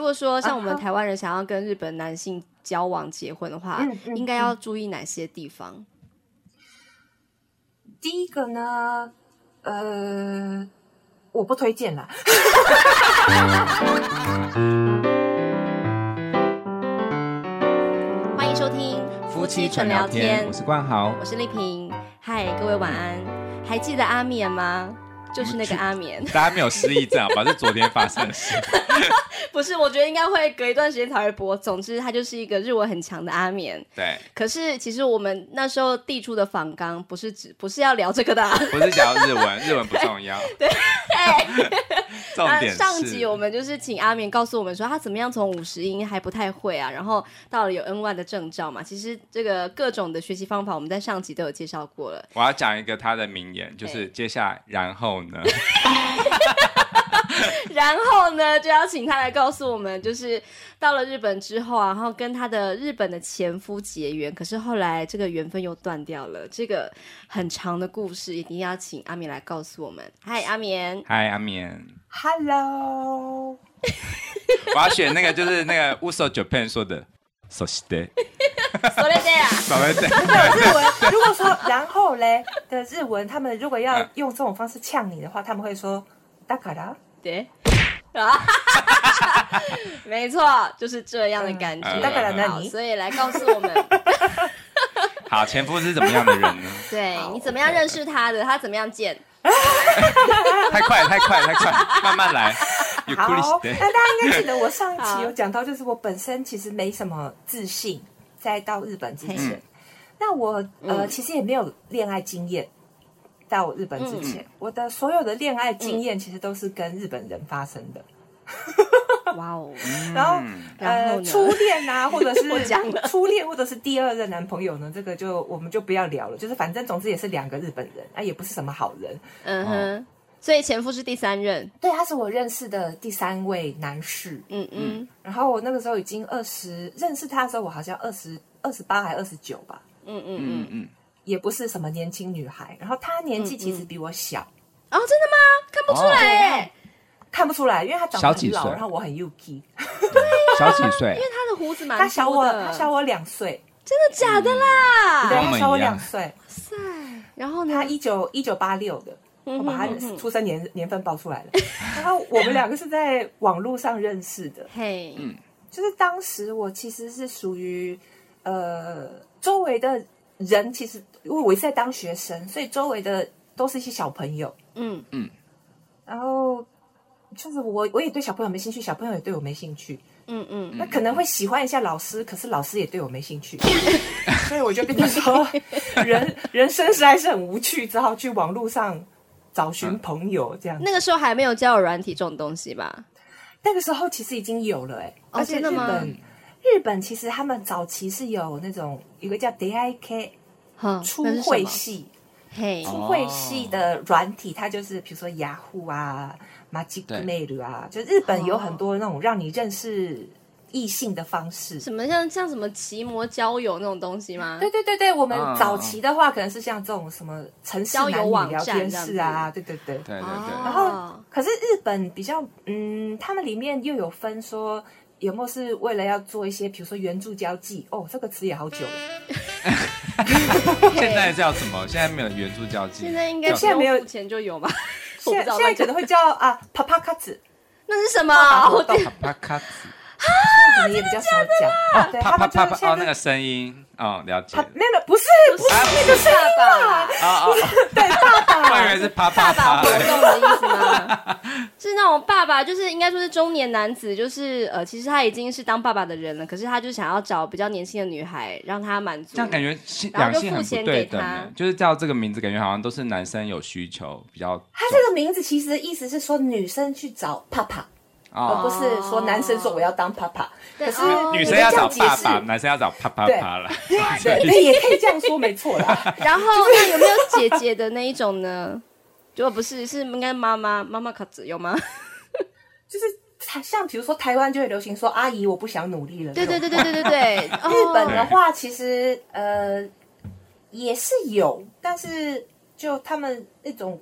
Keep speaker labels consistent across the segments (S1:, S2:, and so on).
S1: 果说像
S2: 啊
S1: 我们台湾人想要跟日本男性交往、结婚的话，
S2: 嗯嗯
S1: 应该要注意哪些地方？
S2: 第一个呢，呃，我不推荐啦。
S1: 欢迎收听
S3: 夫妻纯聊天，我是冠豪
S1: 我。是丽萍。嗨，各位晚安。还记得阿眠吗？就是那个阿眠，
S3: 大家没有失忆症好啊吧？是昨天发生的 事。
S1: 不是，我觉得应该会隔一段时间才会播。总之，他就是一个日文很强的阿眠。
S3: 对，
S1: 可是，其实我们那时候递出的访纲不是只不是要聊这个的、啊，
S3: 不是讲日文，日文不重要。 对，哎 啊重
S1: 那
S3: 点是
S1: 上集我们就是请阿明告诉我们说他怎么样从五十音还不太会啊，然后到了有 N Y 的证照嘛。其实这个各种的学习方法，我们在上集都有介绍过了。
S3: 我要讲一个他的名言，就是接下来然后呢？
S1: 然后呢，就要请他来告诉我们，就是到了日本之后啊，然后跟他的日本的前夫结缘，可是后来这个缘分又断掉了。这个很长的故事，一定要请阿明来告诉我们。嗨，阿 明，
S3: 嗨，阿绵，
S2: Hello，
S3: 我要选那个就是那个 Uso Japan 说的。そして，
S1: それで啊，
S3: 稍微等，
S2: 日文如果说然后嘞的日文，他们如果要用这种方式呛你的话，他们会说だから。
S1: 对。啊， 没错，就是这样的感觉。
S3: 嗯
S2: 大概来那
S1: 好
S2: 里
S1: 所以来告诉我 们，
S3: 好，前夫是怎么样的人呢？
S1: 对你怎么样认识他的，他怎么样见？
S3: 太快，太快，太快，慢慢来。ゆっくり
S2: 好
S3: し，
S2: 那
S3: て
S2: 大家应该记得我上一
S1: 好
S2: 期有讲到，就是我本身其实没什么自信，在到日本之前
S3: 嗯，
S2: 那我呃、
S1: 嗯
S2: 其实也没有恋爱经验。到日本之前，我的所有的恋爱经验其实都是跟日本人发生的。
S1: 哇哦，
S2: 然后
S3: 嗯
S1: 然后
S2: 呃，
S1: 呢
S2: 初恋啊，或 者
S1: 我讲了
S2: 是初恋，或者是第二任男朋友呢，这个就我们就不要聊了。就是反正总之也是两个日本人，啊，也不是什么好人。
S1: 嗯哼，所以前夫是第三任，
S2: 对，他是我认识的第三位男士。
S1: 嗯嗯
S2: 然后我那个时候已经二十，认识他的时候我好像二十二十八还二十九吧，
S1: 嗯
S3: 嗯
S1: 嗯嗯，
S3: 嗯，
S2: 也不是什么年轻女孩。然后她年纪其实比我小，
S1: 哦，真的吗？看不出来
S2: 哦
S1: 耶，
S2: 看不出来，因为她长得
S3: 小几
S2: 很
S3: 岁
S2: 老，然后我很 UK。
S3: 小几岁
S1: 因为？他的胡子蛮
S2: 她小我，
S1: 多的
S2: 她小我两岁，
S1: 真的假的啦？
S2: 对，
S3: 跟我
S2: 她
S3: 们
S2: 小我
S3: 一样
S2: 两岁。
S1: 塞，然后呢
S2: 他？一九一九八六的，我把他
S1: 嗯哼
S2: 出生年年份报出来了。然后我们两个是在网络上认识的，
S1: 嘿，
S2: 嗯就是当时我其实是属于呃周围的人，其实因为我一直在当学生，所以周围的都是一些小朋友。
S1: 嗯，
S2: 然后就是我我也对小朋友没兴趣，小朋友也对我没兴趣。
S1: 嗯嗯，
S2: 那可能会喜欢一下老师，可是老师也对我没兴趣，所以我就跟他说，人人生实在是很无趣，只好去网络上找寻朋友这样。嗯那
S1: 那个时候还没有交友软体这种东西吧？
S2: 那个时候其实已经有了哎、
S1: 哦
S2: 而且
S1: 真
S2: 日
S1: 的吗
S2: 本日本其实他们早期是有那种有个叫 DIK
S1: 哼，
S2: 初
S1: 那是什
S2: 会哦
S1: 么
S2: 系
S1: 嘿，
S2: 初会系的软体，它就是比如说雅虎啊、马吉格内鲁啊，就日本有很多那种让你认识异性的方式。
S1: 什么像像什么骑摩交友那种东西吗？
S2: 对对对对，我们
S3: 嗯
S2: 早期的话，可能是像这种什么城市男
S1: 交友
S2: 女
S1: 网
S2: 聊
S1: 站
S2: 天
S1: 这样
S2: 室啊，对对对。
S3: 对对
S1: 哦，
S3: 对，
S2: 后可是日本比较，嗯，他们里面又有分说有没有是为了要做一些，比如说援助交际，哦，这个词也好久 了，
S3: 现在叫什么？现在没有援助交际，
S1: 现在应该
S3: 叫
S1: 不
S2: 现在没有
S1: 用付钱就有吧？我
S2: 现
S1: 不知
S2: 在
S1: 道
S2: 现
S1: 那
S2: 在
S1: 叫
S2: 可能会叫啊啪啪卡子，
S1: 那是什么？我
S2: 动
S1: 天，
S3: 啪啪咔子
S2: 可能也比较少讲，对，哎他
S3: 啪啪
S2: 们就
S3: 啪
S2: 是
S3: 啪哦
S2: 现，
S3: 那
S2: 在
S3: 个声音哦，了解
S2: 啪没有不是不是那个声音
S1: 爸
S2: 啊，
S1: 爸
S3: 哦哦，
S2: 对，爸
S3: 我以
S2: 爸
S3: 为是啪
S1: 爸
S3: 啪
S1: 爸
S3: 啪
S1: 活，动的意思 吗？是那种爸爸，就是应该说是中年男子，就是呃，其实他已经是当爸爸的人了，可是他就想要找比较年轻的女孩，让他满足。
S3: 这样感觉性
S1: 然后
S3: 两
S1: 就
S3: 性很
S1: 付钱
S3: 不
S1: 给
S3: 对等
S1: 他
S3: 欸，就是叫这个名字，感觉好像都是男生有需求比较
S2: 他这个名字其实意思是说女生去找爸爸。而
S3: 哦，
S2: 不是说男生说我要当爸爸，
S1: 对
S2: 可是
S1: 哦
S3: 女
S2: 你
S3: 生
S2: 们
S3: 要
S2: 这
S3: 找
S2: 样解
S3: 爸
S2: 释
S3: 爸，男生要找啪啪啪了。
S2: 对，对，也可以这样说，没错啦。
S1: 然后那有没有姐姐的那一种呢？如果不是，是应该妈妈妈妈卡子有吗？
S2: 就是像比如说台湾就会流行说阿姨我不想努力了，
S1: 对对
S2: 这种。
S1: 对对对对 对，
S2: 日本的
S1: 哦
S2: 话其实呃也是有，但是就他们那种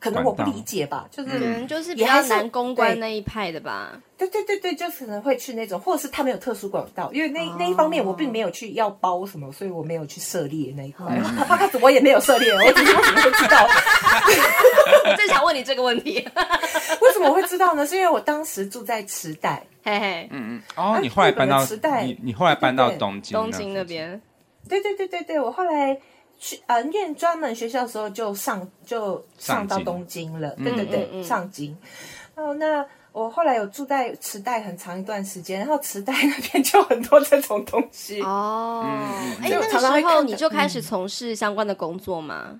S2: 可能我不
S3: 管道
S2: 理解吧，就是
S1: 可能就是比
S2: 也还
S1: 较
S2: 是
S1: 难公关
S2: 对
S1: 那一派的吧。
S2: 对对对对，就是可能会去那种，或者是他们有特殊管道，因为那、
S1: 哦
S2: 那一方面我并没有去要包什么，所以我没有去涉猎那一
S1: 哦
S2: 块。啊他怕开始我也没有涉猎，我只是为什么会知道？
S1: 我正想问你这个问题，
S2: 为什么我会知道呢？是因为我当时住在池袋，
S1: 嘿嘿，
S3: 嗯嗯，哦
S2: 啊，
S3: 你后来
S2: 日本
S3: 搬
S2: 的
S3: 到
S2: 磁带
S3: 你你后来搬到
S2: 对对对
S3: 东京，
S1: 东京那。边，
S2: 对对对对对，我后来去呃念专门学校的时候就上就上到
S3: 上京
S2: 东京了，对对对，
S1: 嗯嗯嗯
S2: 上京。哦，那我后来有住在池袋很长一段时间，然后池袋那边就很多这种东西。
S1: 哦，
S3: 嗯
S1: 哎、
S2: 就
S1: 那
S2: 常常
S1: 个
S2: 会
S1: 时
S2: 看
S1: 候
S2: 到
S1: 你就开始从事相关的工作吗？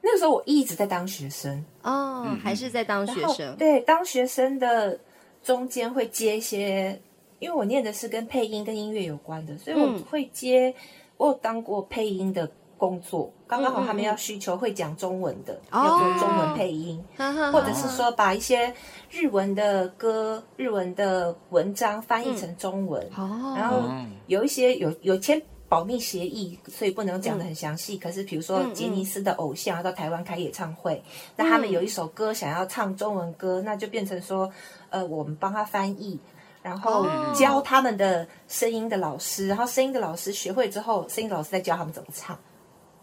S2: 那个时候我一直在当学生，
S3: 嗯
S1: 哦，还是在当学
S2: 然后
S1: 生？
S2: 对，当学生的中间会接一些，因为我念的是跟配音跟音乐有关的，所以我
S1: 嗯
S2: 会接，我有当过配音的工作，刚刚好他们
S1: 嗯嗯
S2: 要需求会讲中文的，
S1: 哦
S2: 要做中文配音，或
S1: 或
S2: 者是说把一些日文的歌、日文的文章翻译
S1: 嗯
S2: 成中文，
S1: 哦，
S2: 然后
S3: 哦
S2: 有一些有有签保密协议，所以不能讲的很详细。可是比如说
S1: 嗯嗯嗯
S2: 杰尼斯的偶像要到台湾开演唱会，那他们有一首歌想要唱中文歌，那就变成说，呃，我们帮他翻译。然后
S1: 哦
S2: 教他们的声音的老师，然后声音的老师学会之后，声音的老师再教他们怎么唱，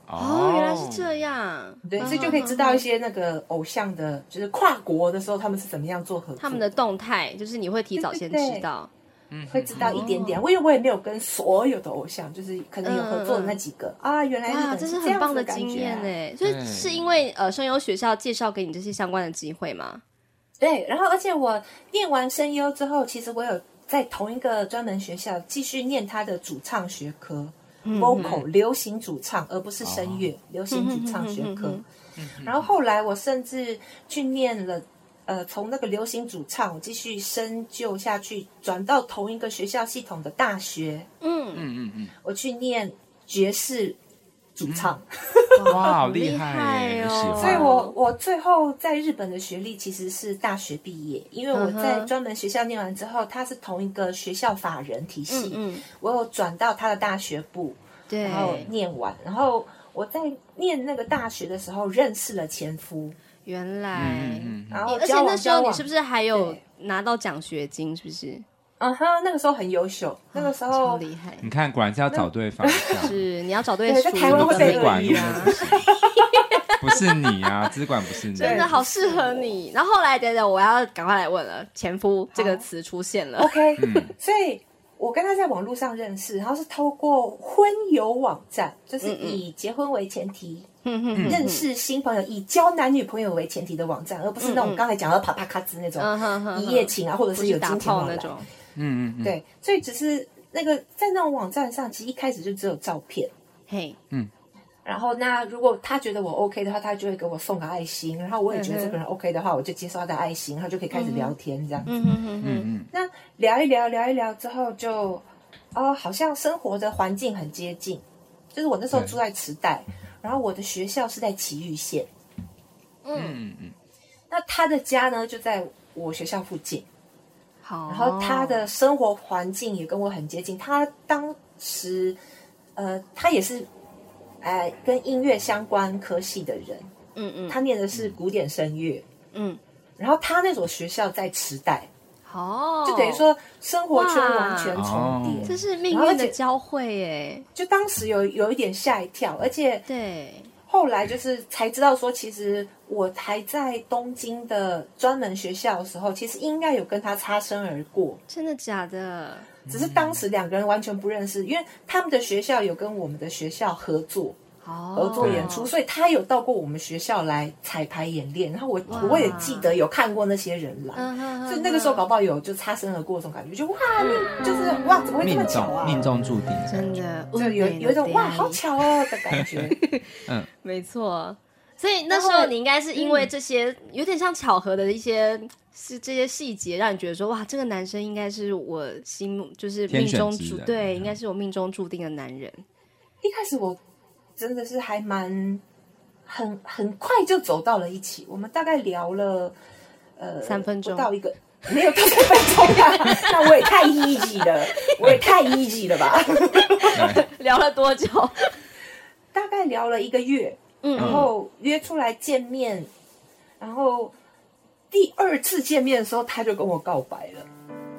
S1: 哦，原来是这样，
S2: 对，
S1: 嗯
S2: 所以就可以知道一些那个偶像的，就是跨国的时候他们是怎么样做合作，
S1: 他们的动态，就是你会提早先知道。
S2: 会知道一点
S1: 哦
S2: 点。我因为我也没有跟所有的偶像，就是可能有合作的那几个啊，原来日
S1: 嗯哇，
S2: 本
S1: 这
S2: 是
S1: 是
S2: 这样
S1: 很棒
S2: 子的感
S1: 经
S2: 觉
S1: 验欸
S2: 啊
S1: 呢！所以
S3: 对
S1: 是因为呃，声优学校介绍给你这些相关的机会吗？
S2: 对，然后而且我念完声优之后，其实我有在同一个专门学校继续念他的主唱学科、v
S1: 嗯
S2: o c a l 流行主唱，而不是声乐、流行主唱学科。
S1: 嗯
S2: 然后后来我甚至去念了。呃，从那个流行主唱，我继续深究下去，转到同一个学校系统的大学，
S1: 嗯，
S3: 嗯嗯
S2: 我去念爵士主唱。
S3: 嗯，哇，好厉
S1: 厉害
S3: 害
S1: 哦
S3: 耶！喜 欢
S2: 所以我我最后在日本的学历其实是大学毕业，因为我在
S1: 嗯哼
S2: 专门学校念完之后，它是同一个学校法人体系，
S1: 嗯嗯
S2: 我有转到他的大学部，
S1: 对
S2: 然，后念完，然后我在念那个大学的时候认识了前夫，
S1: 原来
S3: 嗯，嗯嗯
S2: 然后
S1: 而且
S2: 交往
S1: 那时候
S2: 交
S1: 你
S2: 往
S1: 是不是还有
S2: 对
S1: 拿到奖学金？是不是？
S2: 嗯哼，那个时候很优秀，那个时
S1: 哦超
S2: 候
S1: 厉害，
S3: 你看，果然是要找对方向，
S1: 是你要找对
S2: 对在
S1: 书，
S2: 台湾会被
S3: 资管
S2: 鳄
S3: 真
S2: 鱼
S3: 的
S2: 啊
S3: 不行， 不是你啊，资管不是你，
S1: 真的好适合你。然后后来，等等，我要赶快来问了，“前夫”这个词出现了，
S2: OK，、所 以我跟他在网络上认识，然后是透过婚友网站，就是
S1: 嗯
S2: 以结婚为前提。
S1: 哼哼哼
S2: 认识新朋友以交男女朋友为前提的网站，而不是那种刚才讲到啪啪咔兹那种
S1: 嗯哼哼哼
S2: 一夜情啊，或者
S1: 不
S2: 是有
S1: 是打
S2: 金钱
S1: 炮
S2: 往
S1: 那
S2: 来。
S1: 种，
S3: 嗯嗯嗯，
S2: 对，所以只是那个在那种网站上，其实一开始就只有照片。
S1: 嘿，
S2: 然后，那如果他觉得我 OK 的话，他就会给我送个爱心。然后我也觉得这个人 OK 的话，我就接受他的爱心，然后就可以开始聊天这样。
S1: 嗯哼哼哼，
S3: 嗯
S2: 那聊一聊，聊一聊之后就，哦，好像生活的环境很接近。就是我那时候
S3: 对
S2: 住在池袋，然后我的学校是在埼玉县。
S1: 嗯，
S3: 嗯嗯
S2: 那他的家呢就在我学校附近，
S1: 好。
S2: 然后他的生活环境也跟我很接近。他当时，呃，他也是，呃，跟音乐相关科系的人，
S1: 嗯嗯
S2: 他念的是古典声乐。
S1: 嗯，
S2: 然后他那所学校在池袋，
S1: 好，
S2: 就等于说生活圈
S1: 哦哇
S2: 完全重叠。
S3: 哦
S1: 这是命
S2: 然后而
S1: 运的
S2: 且
S1: 交汇耶，
S2: 就当时有有一点吓一跳，而且
S1: 对，
S2: 后来就是才知道说，其实我还在东京的专门学校的时候，其实应该有跟他擦身而过。
S1: 真的假的？
S2: 只是当时两个人完全不认识，因为他们的学校有跟我们的学校合作
S1: 好，
S2: 合作演出，
S1: 啊嗯
S2: 所以他有到过我们学校来彩排演练，然后我我也记得有看过那些人来，
S1: 嗯哼哼，
S2: 所以那个时候搞不好有就擦身而过这种感觉，就哇，你就是哇，怎么会这么
S3: 命
S2: 巧啊
S3: 中？命中注定，
S1: 真的嗯
S2: 就有有一种哇，好，巧哦的感觉。
S1: 没错。所以那时候嗯你应该是因为这些、有点像巧合的一些是这些细节，让你觉得说哇，这个男生应该是我心目就是命
S3: 天选
S1: 中
S3: 之
S1: 注
S3: 人
S1: 对，应该是我命中注定的男人。
S2: 一开始我真的是还蛮很很快就走到了一起，我们大概聊了呃
S1: 三分钟
S2: 不到一个。没有到三分钟 啊，那我也太 easy 了，我也太 easy 了吧？
S1: 聊了多久？
S2: 大概聊了一个月，
S1: 嗯
S2: 然后约出来见面，然然后第二次见面的时候，他就跟我告白了。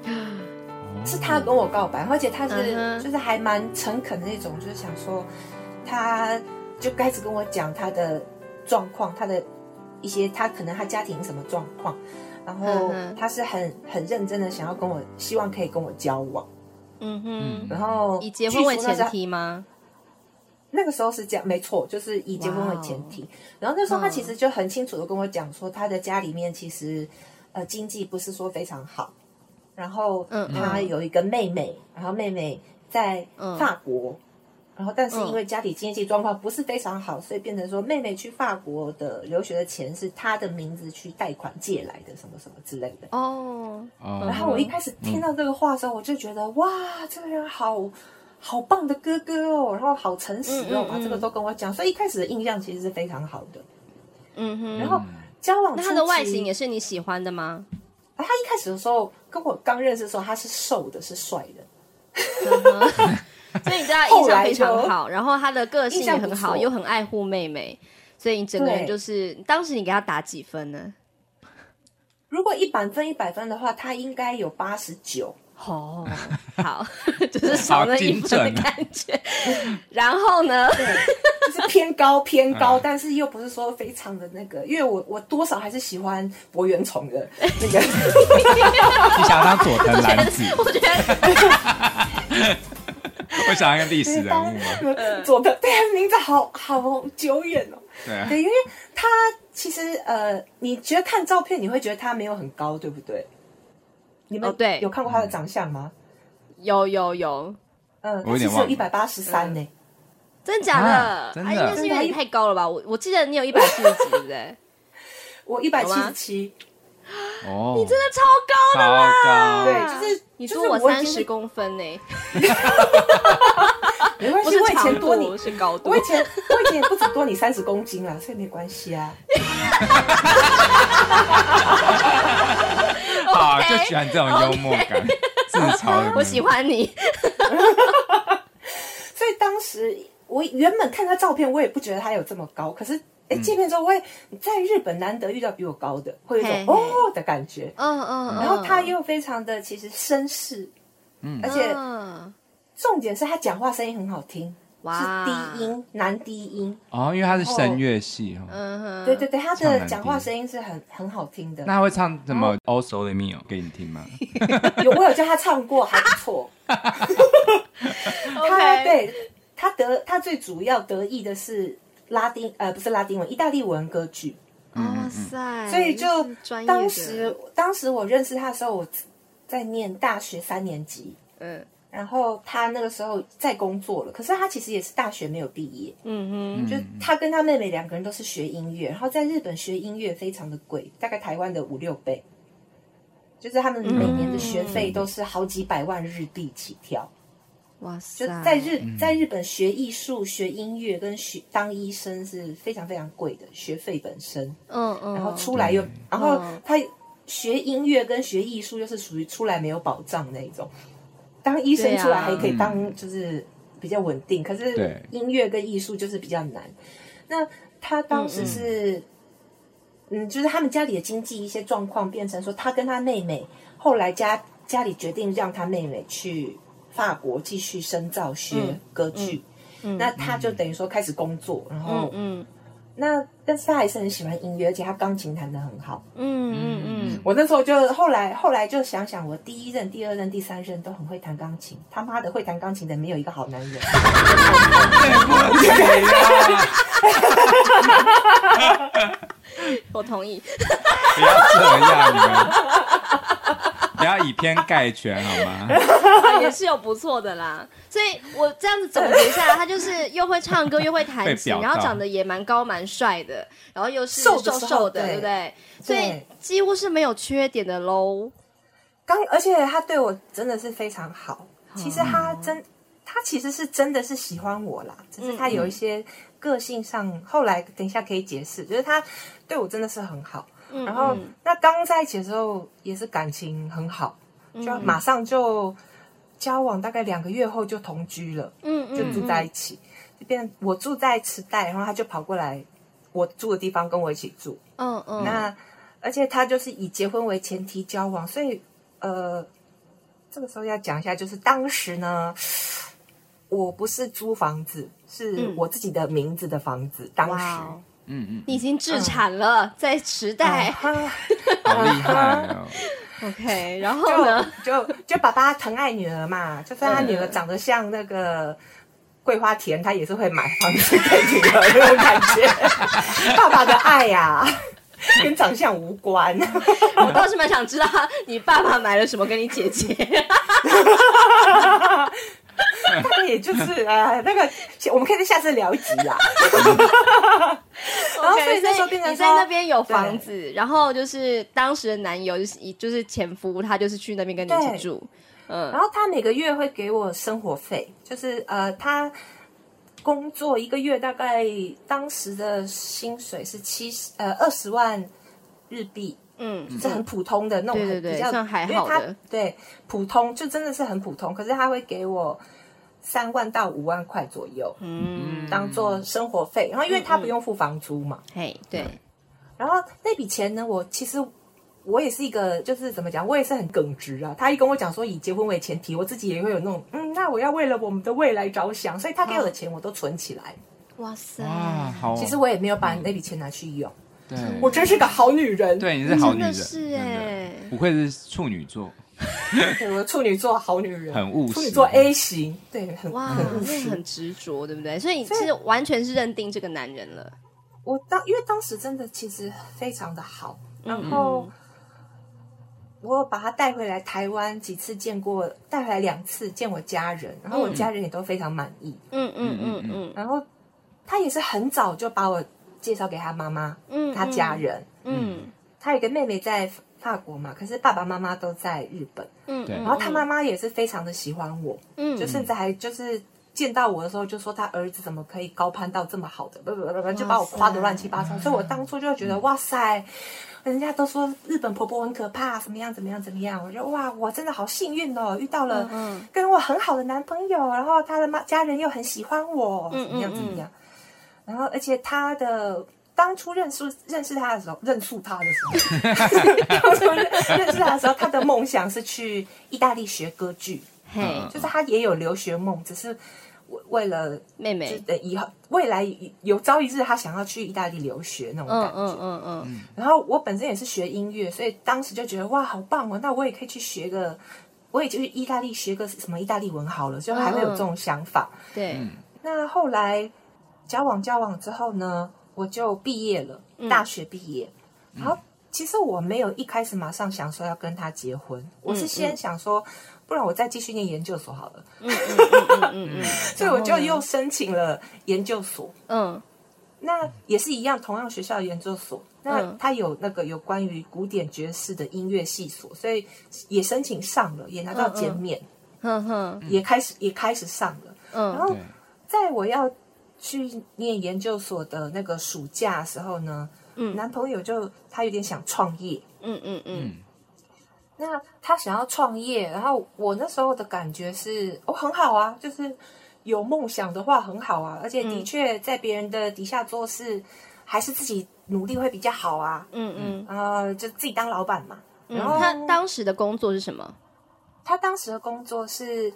S2: 哦是他跟我告白，而且他是、
S1: 嗯哼
S2: 就是还蛮诚恳的那种，就是想说，他就开始跟我讲他的状况，他的一些他可能他家庭什么状况，然后
S1: 嗯哼
S2: 他是很很认真的想要跟我，希望可以跟我交往，
S1: 嗯哼，
S2: 然后
S1: 以结婚为
S2: 据说那时
S1: 前
S2: 候
S1: 提吗？
S2: 那个时候是这样，没错，就是以结婚为前提。然后那时候他其实就很清楚的跟我讲说，他的家里面其实呃经济不是说非常好，然后
S1: 嗯
S2: 他有一个妹妹，然后妹妹在
S1: 嗯
S2: 法国。然后，但是
S1: 嗯
S2: 因为家里经济状况不是非常好，所以变成说妹妹去法国的留学的钱是她的名字去贷款借来的，什么什么之类的。
S1: 哦，
S3: 哦
S2: 然后我一开始听到这个话的时候，我就觉得哇，这个人好好棒的哥哥哦，然后好诚实
S1: 嗯
S2: 哦
S1: 嗯，
S2: 把这个都跟我讲，所以一开始的印象其实是非常好的。
S1: 嗯哼，
S2: 然后交往
S1: 那
S2: 初
S1: 他的外形
S2: 期，
S1: 也是你喜欢的吗？
S2: 啊他一开始的时候跟我刚认识的时候，他是瘦的，是帅的，
S1: 嗯所以你对他印象非常
S2: 后来
S1: 好，然后他的个性也很
S2: 印象不
S1: 好，
S2: 错
S1: 又很爱护妹妹，所以你整个人就是，当时你给他打几分呢？
S2: 如果一百分一百分的话，他应该有八十九。
S1: 哦， 好，就是少了一分
S3: 好精
S1: 的
S3: 准
S1: 感觉。然后呢？
S2: 就是偏高偏
S3: 嗯
S2: 高，但是又不是说非常的那个，因为我我多少还是喜欢博元崇 的那个，
S4: 你想当佐藤蓝子，
S1: 我觉得
S3: 我想要一个历史人物嘛，
S1: 嗯
S2: 左的对名字好好久远哦。
S3: 对啊，
S2: 对，因为他其实呃，你觉得看照片你会觉得他没有很高，对不对？你们
S1: 哦对
S2: 有看过他的长相吗？
S1: 有有有，
S2: 嗯，
S3: 我
S2: 他
S3: 有点
S2: 其实
S3: 忘
S2: 有
S3: 了
S2: 一百八十三
S1: 嗯
S2: 呢。
S1: 真假
S3: 啊
S1: 的？
S3: 真
S1: 啊，
S3: 的
S1: 应该是因为你太高了吧？我我记得你有一百七十几，对不 对？
S2: 我一百七十七，
S4: 哦，
S1: 真的超高的
S3: 超
S1: 啦！
S3: 高
S2: 对就是
S1: 啊你
S2: 就是
S1: 说我
S2: 我已
S1: 三
S2: 经
S1: 十公分呢、
S2: 没关
S1: 不
S2: 系，
S1: 是
S2: 我以
S1: 长
S2: 前
S1: 度，
S2: 多 你，
S1: 是高度
S2: 我以。前我以前也不止多你三十公斤啦，所以没关系啊。
S3: 好
S1: OK，
S3: 啊就喜欢这种幽默感，自嘲的。
S1: 我喜，欢你，
S2: 所以当时我原本看他照片，我也不觉得他有这么高，可是。哎，见面之后，我也在日本难得遇到比我高的，会有
S1: 嗯
S2: 一
S1: 嘿
S2: 种
S1: 嘿
S2: 哦的感觉。
S1: 嗯嗯，嗯
S2: 然后他又非常的其实绅士，
S4: 嗯
S2: 而且
S1: 嗯
S2: 重点是他讲话声音很好听，
S1: 哇
S2: 是低音，男低音。
S3: 哦，因为他是声乐系哦，
S1: 嗯哼，
S2: 对对对，他
S3: 唱男
S2: 的
S3: 低
S2: 讲话声音是很很好听的
S3: 那。他会唱什么《Oh s o l e Me》给你听吗？
S2: 有我有叫他唱过，还不错。他
S1: ，OK，，
S2: 对他得他最主要得意的是拉丁呃不是拉丁文，意大利文歌剧。
S1: 哇塞，
S2: 所以就
S1: 那是专业的
S2: 当时当时我认识他的时候，我在念大学三年级。
S1: 嗯
S2: 然后他那个时候在工作了，可是他其实也是大学没有毕业，
S1: 嗯
S2: 就他跟他妹妹两个人都是学音乐，然后在日本学音乐非常的贵，大概台湾的五六倍，就是他们
S1: 嗯
S2: 每年的学费都是好几百万日币起跳。
S1: 哼，哇
S2: 就
S1: 塞，
S2: 在日在日本学艺术、学音乐跟学当医生是非常非常贵的学费本身，
S1: 嗯嗯，
S2: 然后出来又
S3: 对
S2: 然后
S1: 嗯
S2: 他学音乐跟学艺术又是属于出来没有保障那一种，当医生出
S1: 对
S2: 来
S1: 啊
S2: 还可以当就是比较稳定，可是
S3: 嗯对
S2: 音乐跟艺术就是比较难。那他当
S1: 嗯
S2: 时是，嗯，就是他们家里的经济一些状况，变成说他跟他妹妹，后来家家里决定让他妹妹去法国继续深造学
S1: 嗯
S2: 歌剧，
S1: 嗯
S2: 那他就等于说开始工作，然后
S1: 嗯嗯
S2: 那但是他还是很喜欢音乐，而且他钢琴弹得很好。
S1: 嗯嗯嗯，
S2: 我那时候就后来后来就想想，我第一任、第二任、第三任都很会弹钢琴，他妈的会弹钢琴的没有一个好男人。
S1: 我同 意，
S3: 不要这样，你们不要以偏概全好吗？
S1: 啊也是有不错的啦。所以我这样子总结下来，他就是又会唱歌，又会弹
S3: 被
S1: 琴，
S3: 表到
S1: 然后长得也蛮高蛮帅的，然后又是
S2: 瘦的
S1: 瘦
S2: 时候
S1: 瘦的，对
S2: 对
S1: 不对？所以
S2: 对
S1: 几乎是没有缺点的喽。
S2: 刚而且他对我真的是非常好，
S1: 哦
S2: 其实他真他其实是真的是喜欢我啦，只是
S1: 嗯
S2: 他有一些个性上，后来等一下可以解释，就是他对我真的是很好。
S1: 嗯
S2: 然后
S1: 嗯
S2: 那刚在一起的时候也是感情很好，就
S1: 嗯
S2: 马上就交往，大概两个月后就同居了。
S1: 嗯
S2: 就
S1: 嗯
S2: 住在一起，就变我住在池袋，然后他就跑过来，我住的地方跟我一起住。
S1: 嗯嗯，
S2: 那而且他就是以结婚为前提交往，所以呃，这个时候要讲一下，就是当时呢，我不是租房子，是
S1: 嗯
S2: 我自己的名字的房子。当时
S1: 哇哦，
S4: 嗯
S1: 你已经自产了，在时代
S2: 啊哈
S3: 好厉害哦！
S1: OK，然后呢？
S2: 就就就爸爸疼爱女儿嘛，就算他女儿长得像那
S1: 嗯
S2: 个桂花田，他也是会买房子给女儿那种感 觉。爸爸的爱呀、 跟长相无关。
S1: 我倒是蛮想知道你爸爸买了什么给你姐姐。
S2: 大概也就是 呃，那个我们可以在下次聊一集 啦。然后
S1: OK，
S2: 所以那时候变成
S1: 你
S2: 说
S1: 在那边有房子，然后就是当时的男友就是就是前夫，他就是去那边跟你一起
S2: 对
S1: 住。嗯
S2: 然后他每个月会给我生活费，就是呃，他工作一个月大概当时的薪水是七十呃二十万日币，
S1: 嗯，
S2: 是很普通的那种，
S1: 对对
S2: 很
S1: 对
S2: 比较
S1: 算还
S2: 因为
S1: 好
S2: 他
S1: 的
S2: 对，普通就真的是很普通，可是他会给我三万到五万块左右
S1: 嗯，
S2: 当做生活费，然后因为他不用付房租嘛，
S1: 嘿，对，
S2: 然后那笔钱呢，我其实我也是一个，就是怎么讲，我也是很耿直啊。他一跟我讲说以结婚为前提，我自己也会有那种，嗯，那我要为了我们的未来着想，所以他给我的钱我都存起来。
S1: 哇塞，
S4: 哇，好嗯哦，
S2: 其实我也没有把那笔钱拿去用，
S4: 对
S2: 我真是个好女人。
S4: 对，你是
S1: 真
S4: 好女
S1: 的
S4: 人，
S1: 是
S4: 真的
S1: 哎，
S4: 不愧是处女座，
S2: 对，我处女座好女人，
S4: 很务实嗯
S2: 处女座 A 型，对，很
S1: 哇，
S2: 很务
S1: 那
S2: 实。
S1: 很执着，对不对？所以你其实完全是认定这个男人了。
S2: 我当因为当时真的其实非常的好，
S4: 嗯
S2: 然后。我有把他带回来台湾几次，见过带回来两次见我家人，然后
S4: 嗯
S2: 我家人也都非常满意。
S1: 嗯嗯嗯嗯
S2: 然后他也是很早就把我介绍给他妈妈、
S1: 嗯，
S2: 他家，人。
S1: 嗯
S2: 他有一个妹妹在法国嘛，可是爸爸妈妈都在日本。
S1: 嗯，
S4: 对
S2: 然后他妈妈也是非常的喜欢我，
S1: 嗯
S2: 就甚至还就是见到我的时候就说他儿子怎么可以高攀到这么好的，不不不不，就把我夸得乱七八糟。所以我当初就觉
S1: 嗯
S2: 得哇塞。人家都说日本婆婆很可怕，怎么样怎么样怎么样，我觉得哇，我真的好幸运哦，遇到了
S1: 嗯嗯
S2: 跟我很好的男朋友，然后他的妈家人又很喜欢我，
S1: 嗯
S2: 怎么
S1: 嗯
S2: 样怎么样，然后而且他的当初认识认识他的时候，认识他的时 候，当初认认识他的时候，他的梦想是去意大利学歌剧，
S1: 嘿，
S2: 就是他也有留学梦，只是为为了
S1: 妹
S2: 就
S1: 妹，
S2: 呃以后未来有朝一日他想要去意大利留学那种
S1: 嗯
S2: 感觉。
S1: 嗯嗯嗯，
S2: 然后我本身也是学音乐，所以当时就觉得哇，好棒哦！那我也可以去学个，我也去意大利学个什么意大利文好了，就还会
S1: 嗯
S2: 有这种想法。
S1: 对，
S2: 那后来交往交往之后呢，我就毕业了，
S1: 嗯
S2: 大学毕业。然后其实我没有一开始马上想说要跟他结婚，我是先想说，不然我再继续念研究所好了，
S1: 嗯 嗯嗯嗯
S2: 所以我就又申请了研究所。
S1: 嗯
S2: 那也是一样，同样学校的研究所。那
S1: 嗯
S2: 他有那个有关于古典爵士的音乐系所，所以也申请上了，也拿到减免，
S1: 哼哼，
S2: 也开始也开始上了。然
S1: 嗯
S2: 后
S4: 对
S2: 在我要去念研究所的那个暑假的时候呢，
S1: 嗯
S2: 男朋友就他有点想创业，
S1: 嗯嗯嗯，
S2: 那他想要创业，然后我那时候的感觉是，哦，很好啊，就是有梦想的话很好啊，而且
S1: 嗯
S2: 的确在别人的底下做事，还是自己努力会比较好啊。
S1: 嗯
S2: 呃，就自己当老板嘛。
S1: 嗯，
S2: 然后
S1: 他当时的工作是什么？
S2: 他当时的工作是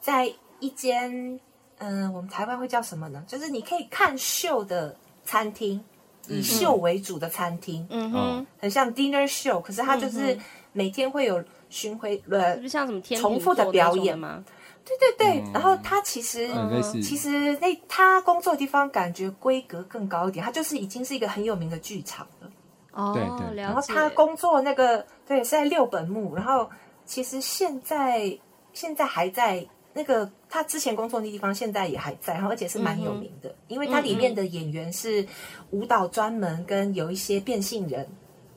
S2: 在一间，嗯、我们台湾会叫什么呢？就是你可以看秀的餐厅，以秀为主的餐厅，
S4: 哦
S1: 嗯哼，
S2: 很像 dinner show，可是它
S1: 嗯
S2: 就是每天会有巡回，呃
S1: 是不，是像什么天
S2: 重
S1: 秤
S2: 复的
S1: 座那
S2: 表
S1: 种
S2: 演
S1: 吗？
S2: 对对对。然后他其实。
S1: 呃
S3: 嗯
S4: 很类似，
S2: 其实那他工作的地方感觉规格更高一点，他就是已经是一个很有名的剧场了。
S1: 哦
S4: 对对，对
S1: 了
S2: 然后
S1: 解。
S2: 他工作那个对是在六本木，然后其实现在现在还在那个他之前工作的地方，现在也还在，然后而且是蛮有名的，因为它里面的演员是舞蹈专门跟有一些变性人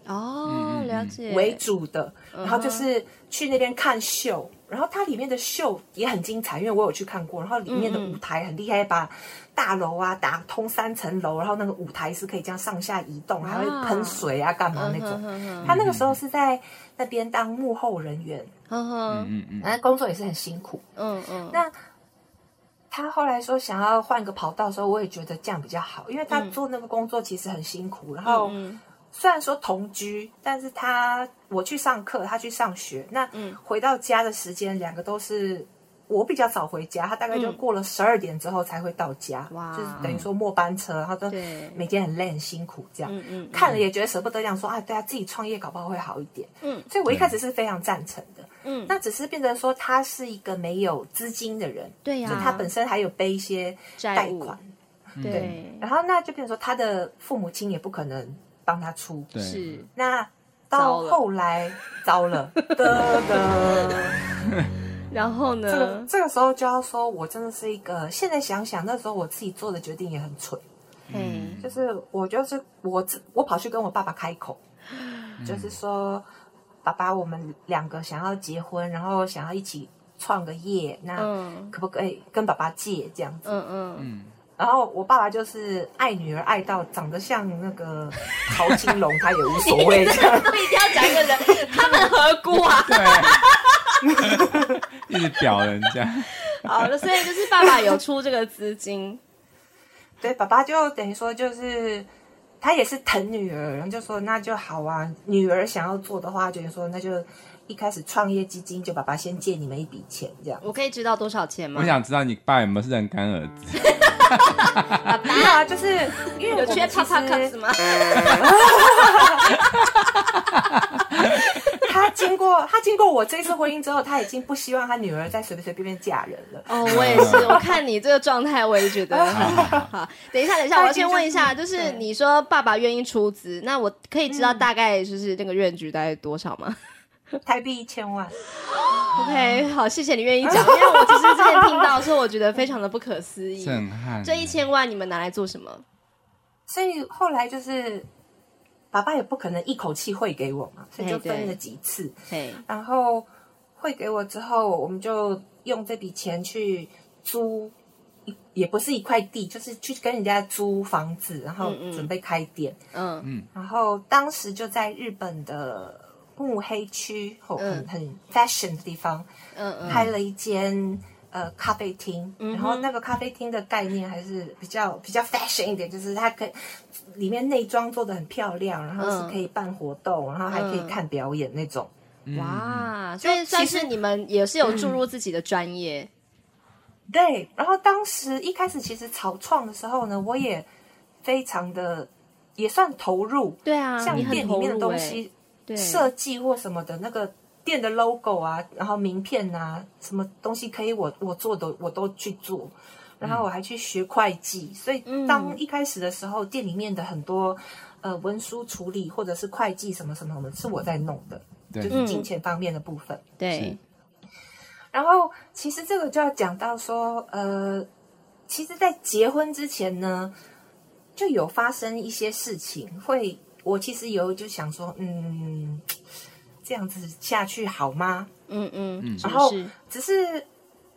S1: 哦，了解
S2: 为主的，
S1: 嗯
S2: 然后就是去那边看秀。然后它里面的秀也很精彩，因为我有去看过。然后里面的
S1: 嗯嗯
S2: 舞台很厉害，把大楼啊打通三层楼，然后那个舞台是可以这样上下移动，还会喷水啊干嘛
S1: 嗯
S2: 那种
S1: 哼。哼
S2: 他那个时候是在那边当幕后人员，
S1: 哼哼
S4: 嗯嗯嗯，
S1: 嗯
S2: 然后工作也是很辛苦。
S1: 嗯嗯，
S2: 那他后来说想要换个跑道的时候，我也觉得这样比较好，因为他做那个工作其实很辛苦。然后
S1: 嗯
S2: 虽然说同居，但是他我去上课，他去上学，那
S1: 嗯
S2: 回到家的时间两个都是。我比较早回家，他大概就
S1: 嗯
S2: 过了十二点之后才会到家，
S1: 哇
S2: 就是等于说末班车。他说
S1: 对
S2: 每天很累很辛苦这样，
S1: 嗯嗯，
S2: 看了也觉得舍不得，想说啊，对啊，自己创业搞不好会好一点。
S1: 嗯
S2: 所以我一开始是非常赞成的。
S1: 嗯
S2: 那只是变成说他是一个没有资金的人，
S1: 对呀
S2: 就他本身还有背一些
S1: 啊债
S2: 贷
S1: 务
S2: 款，
S1: 对
S2: 然后那就变成说他的父母亲也不可能帮他出。
S3: 对，
S1: 是
S2: 那
S1: 糟
S2: 到
S1: 了
S2: 后来糟了，的的，
S1: 然后
S2: 这个
S1: 呢？
S2: 这个时候就要说，我真的是一个，现在想想那时候我自己做的决定也很蠢，
S1: 嗯，
S2: 就是我就是我自我跑去跟我爸爸开口，
S1: 嗯
S2: 就是说，爸爸，我们两个想要结婚，然后想要一起创个业，那
S1: 嗯
S2: 可不可以跟爸爸借这样子？
S1: 嗯嗯，
S4: 嗯，
S2: 然后我爸爸就是爱女儿爱到长得像那个曹金龙，他也无所谓这样。
S1: 我一定要讲一个人，他们何辜 啊？
S3: 对， 一直表人家，
S1: 好哦了，所以就是爸爸有出这个资金，
S2: 对，爸爸就等于说就是他也是疼女儿，然后就说那就好啊，女儿想要做的话，就是说那就一开始创业基金就爸爸先借你们一笔钱这样。
S1: 我可以知道多少钱吗
S3: 我？想知道你爸有没有是认干儿子？
S2: 没有啊，就是因为我
S1: 有
S2: 们
S1: 缺
S2: 其
S1: 啪
S2: 实
S1: 啪 cups 吗？
S2: 他经过他经过我这次婚姻之后，他已经不希望他女儿再随随便便嫁人了。
S1: 哦，我也是，我看你这个状态，我也觉 得好。好等一下，等一下，
S2: 他
S1: 我
S2: 已
S1: 要先
S2: 经
S1: 问
S2: 就
S1: 一下，
S2: 是
S1: 就是
S2: 对
S1: 你说爸爸愿意出
S2: 嗯
S1: 资，那我可以知道大概就是那个愿局大概多少吗
S2: 台币一千万，嗯
S1: ？OK，好，谢谢你愿意讲，因为我其实之前听到说，我觉得非常的不可思 议。
S3: 震撼，
S1: 这一千万你们拿来做什么？
S2: 所以后来就是爸爸也不可能一口气汇给我嘛，所以就
S1: 哎对对
S2: 分了几次。
S1: 嘿，
S2: 然后汇给我之后，我们就用这笔钱去租一，也不是一块地，就是去跟人家租房子，然后
S1: 嗯嗯
S2: 准备开店。
S1: 嗯
S2: 然后当时就在日本的幕黑区，哦、
S1: 嗯
S2: 很很 fashion 的地方，
S1: 嗯嗯，
S2: 开了一间。呃，咖啡厅，
S1: 哼
S2: 然后那个咖啡厅的概念还是比较比较 fashion 一点，就是它可以里面内装做的很漂亮，然后
S1: 嗯
S2: 是可以办活动，然后还可以
S1: 嗯
S2: 看表演那种。
S3: 嗯
S1: 哇，所以算是你们也是有注入自己的专业，
S2: 对，然后当时一开始其实草创的时候呢，我也非常的也算投入，
S1: 对啊，
S2: 像
S1: 你很
S2: 店里
S1: 投
S2: 面的
S1: 入
S2: 东
S1: 哎，
S2: 西、
S1: 对，
S2: 设计或什么的那个店的 logo 啊，然后名片啊，什么东西可以我我做的我都去做。然
S1: 嗯
S2: 后我还去学会计，所以当一开始的时候，店里面的很多呃文书处理或者是会计什么什么，我们是我在弄的，
S3: 对
S2: 就是
S1: 嗯
S2: 金钱方面的部分。
S1: 对，
S2: 然后其实这个就要讲到说，呃，其实，在结婚之前呢，就有发生一些事情，会我其实有就想说，嗯，这样子下去好吗？
S1: 嗯嗯，是
S2: 然
S1: 不
S2: 后
S1: 是？
S2: 只是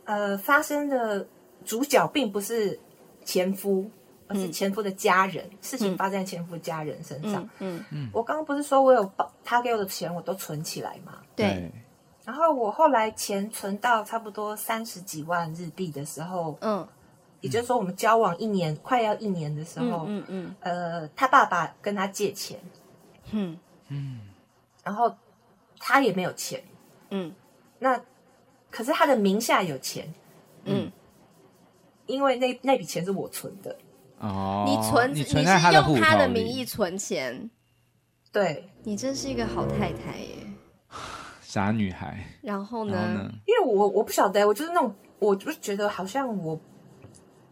S2: 呃，发生的主角并不是前夫。而是前夫的家人，事情发生在前夫家人身上。
S1: 嗯嗯，
S2: 我刚刚不是说我有把他给我的钱我都存起来吗？
S1: 对，
S3: 对，
S2: 然后我后来钱存到差不多三十几万日币的时候，
S1: 嗯
S2: 也就是说我们交往一年，快要一年的时候，
S1: 嗯嗯
S2: 呃，他爸爸跟他借钱，
S1: 嗯
S2: 然后他也没有钱，
S1: 嗯
S2: 那可是他的名下有钱，
S1: 嗯，
S2: 因为那那笔钱是我存的，
S3: 哦，
S1: 你存
S3: 你
S1: 你
S3: 存
S1: 是
S3: 在他的户
S1: 用他的
S3: 头
S1: 名
S3: 里
S1: 义存钱，
S2: 对，
S1: 你真是一个好太太耶。
S3: 傻女孩，
S1: 然后
S3: 然
S1: 呢
S3: 后呢？？
S2: 因为我我不晓得，我就是那种，我就觉得好像我，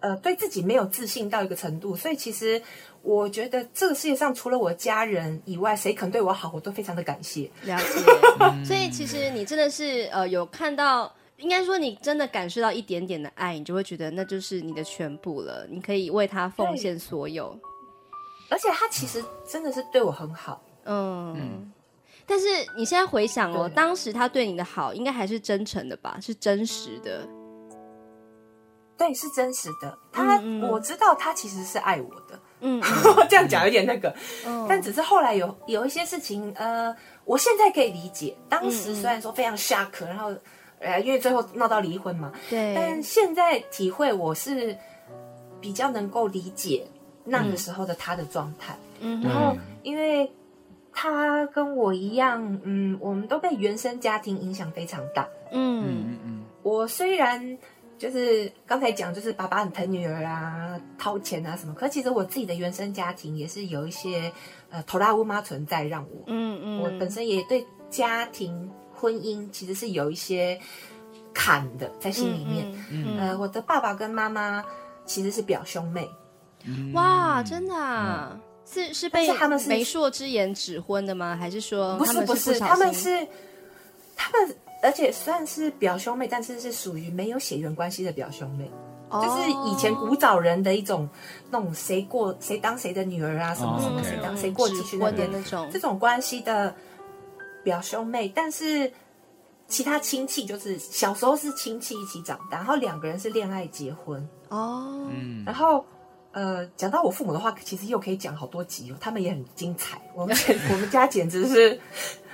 S2: 呃，对自己没有自信到一个程度，所以其实我觉得这个世界上除了我家人以外，谁肯对我好，我都非常的感谢。
S1: 了解， 所以其实你真的是呃有看到，应该说你真的感受到一点点的爱，你就会觉得那就是你的全部了，你可以为他奉献所有。
S2: 而且他其实真的是对我很好，
S1: 嗯，但是你现在回想哦，
S2: 对
S1: 当时他对你的好，应该还是真诚的吧？是真实的。
S2: 对，是真实的。他、
S1: 嗯嗯
S2: 我知道他其实是爱 我的，
S1: 嗯，
S2: 这样讲有点那个，
S1: 嗯
S2: 但只是后来有
S1: 嗯
S2: 有一些事情，呃，我现在可以理解。当时虽然说非常 shock，然后呃，因为最后闹到离婚嘛。但
S1: 对，
S2: 现在体会我是比较能够理解那个时候的他的状态，
S1: 嗯
S2: 然
S1: 哼，
S2: 后因为他跟我一样，嗯，我们都被原生家庭影响非常大。
S1: 嗯
S4: 嗯嗯
S2: 我虽然就是刚才讲，就是爸爸很疼女儿啊，掏钱啊什么，可其实我自己的原生家庭也是有一些呃头大乌妈存在，让我、
S1: 嗯嗯，
S2: 我本身也对家庭婚姻其实是有一些坎的在心里面。
S1: 嗯
S2: 呃，我的爸爸跟妈妈其实是表兄妹，
S4: 嗯，
S1: 哇，真的、啊是是
S2: 但
S1: 被
S2: 是他们是
S1: 媒妁之言指婚的吗？还是说
S2: 不
S1: 哦他
S2: 是
S1: 们
S2: 不
S1: 是
S2: 是，
S1: 小
S2: 他们
S1: 心
S2: 是他们，而且算是表兄妹，但是是属于没有血缘关系的表兄妹。就是以前古
S1: 哦
S2: 早人的一种那种谁过谁当谁的女儿啊，什么什么
S4: 哦
S2: 谁
S4: ，OK
S2: 当
S1: 嗯
S2: 谁过继去
S1: 指
S2: 那
S1: 婚的
S2: 边
S1: 那种
S2: 这，种关系的表兄妹，但是其他亲戚就是小时候是亲戚一起长大，然后两个人是恋爱结婚，
S1: 哦，
S4: 嗯
S2: 然后。呃，讲到我父母的话，其实又可以讲好多集哦，他们也很精彩。我们 我们家简直是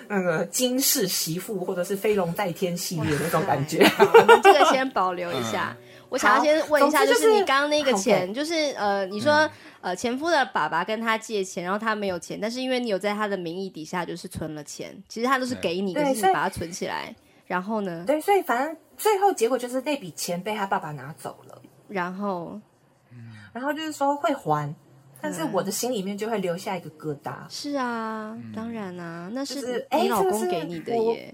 S2: 那个、金氏媳妇或者是飞龙在天系列那种 感觉。
S1: 好我们这个先保留一下。
S4: 嗯
S1: 我想要先问一下，就
S2: 总之就是
S1: 是你刚刚那个
S2: 好
S1: 钱，就是呃，你
S4: 嗯
S1: 说呃前夫的爸爸跟他借钱，然后他没有钱，但是因为你有在他的名义底下就是存了钱，其实他都是给你，
S2: 对
S1: 可是你
S2: 所以
S1: 把它存起来，然后呢，
S2: 对，所以反正最后结果就是那笔钱被他爸爸拿走了。
S1: 然后
S2: 然后就是说会
S1: 嗯
S2: 还，但是我的心里面就会留下一个疙瘩。
S1: 是啊，当然啊，那
S2: 就是
S1: 是
S2: 哎
S1: 你老
S2: 这
S1: 公
S2: 是
S1: 给你的
S2: 我
S1: 耶，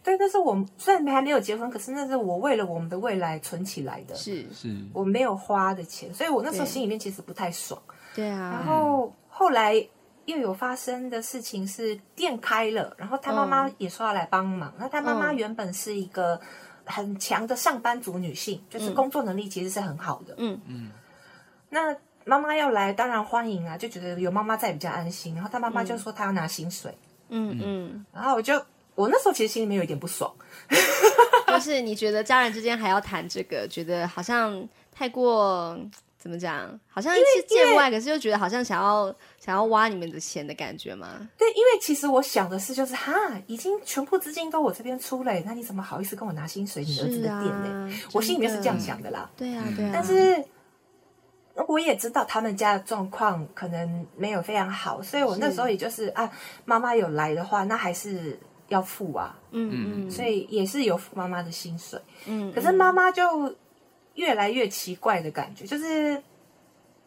S2: 对，但是我虽然还没有结婚，可是那是我为了我们的未来存起来的，
S1: 是，
S4: 是
S2: 我没有花的钱，所以我那时候
S1: 对
S2: 心里面其实不太爽。
S1: 对
S2: 然
S1: 啊，
S2: 后后来又有发生的事情是店开了，然后他妈妈
S1: 嗯
S2: 也说要来帮忙。那他妈妈
S1: 嗯
S2: 原本是一个很强的上班族女性，就是
S1: 嗯
S2: 工作能力其实是很好的。
S1: 嗯
S4: 嗯，
S2: 那妈妈要来，当然欢迎啊，就觉得有妈妈在比较安心。然后他妈妈就说她要拿薪水。
S1: 嗯嗯，
S2: 然后我就我那时候其实心里面有一点不爽，
S1: 就是你觉得家人之间还要谈这个，觉得好像太过怎么讲，好像是见外，可是又觉得好像想要想要挖你们的钱的感觉嘛。
S2: 对，因为其实我想的是就是哈，已经全部资金都我这边出了，那你怎么好意思跟我拿薪水你儿子
S1: 是
S2: 的
S1: 啊
S2: 店呢？，我心里面是这样
S1: 真的，
S2: 想的啦，
S1: 对啊对啊，
S2: 但是。我也知道他们家的状况可能没有非常好，所以我那时候也就是啊，妈妈有来的话，那还是要付啊，
S1: 嗯嗯，
S2: 所以也是有付妈妈的薪水。
S1: 嗯，
S2: 可是妈妈就越来越奇怪的感觉，就是，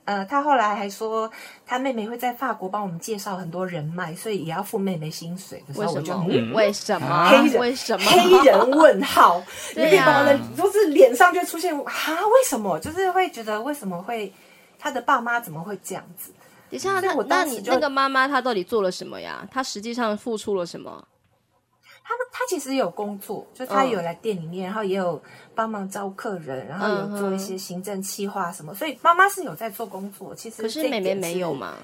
S2: 呃，她后来还说，她妹妹会在法国帮我们介绍很多人脉，所以也要付妹妹薪水的时
S1: 为
S2: 候，
S1: 什
S2: 我就
S1: 么
S2: 嗯
S1: 为什么
S2: 黑人
S1: 为什么
S2: 黑人问号， 你
S1: 对啊
S2: 可以把我的就是脸上就出现哈，为什么？就是会觉得为什么会他的爸妈怎么会这样子？
S1: 等一下，
S2: 所以
S1: 那
S2: 我
S1: 那
S2: 当时
S1: 你
S2: 就
S1: 那个妈妈她到底做了什么呀？她实际上付出了什么？
S2: 他他其实有工作，就他
S1: 嗯
S2: 有来店里面，然后也有帮忙招客人，然后
S1: 嗯
S2: 有
S1: 哼
S2: 做一些行政企划什么，所以妈妈是有在做工作。其实
S1: 可是
S2: 这一
S1: 妹妹
S2: 点
S1: 没有？嘛？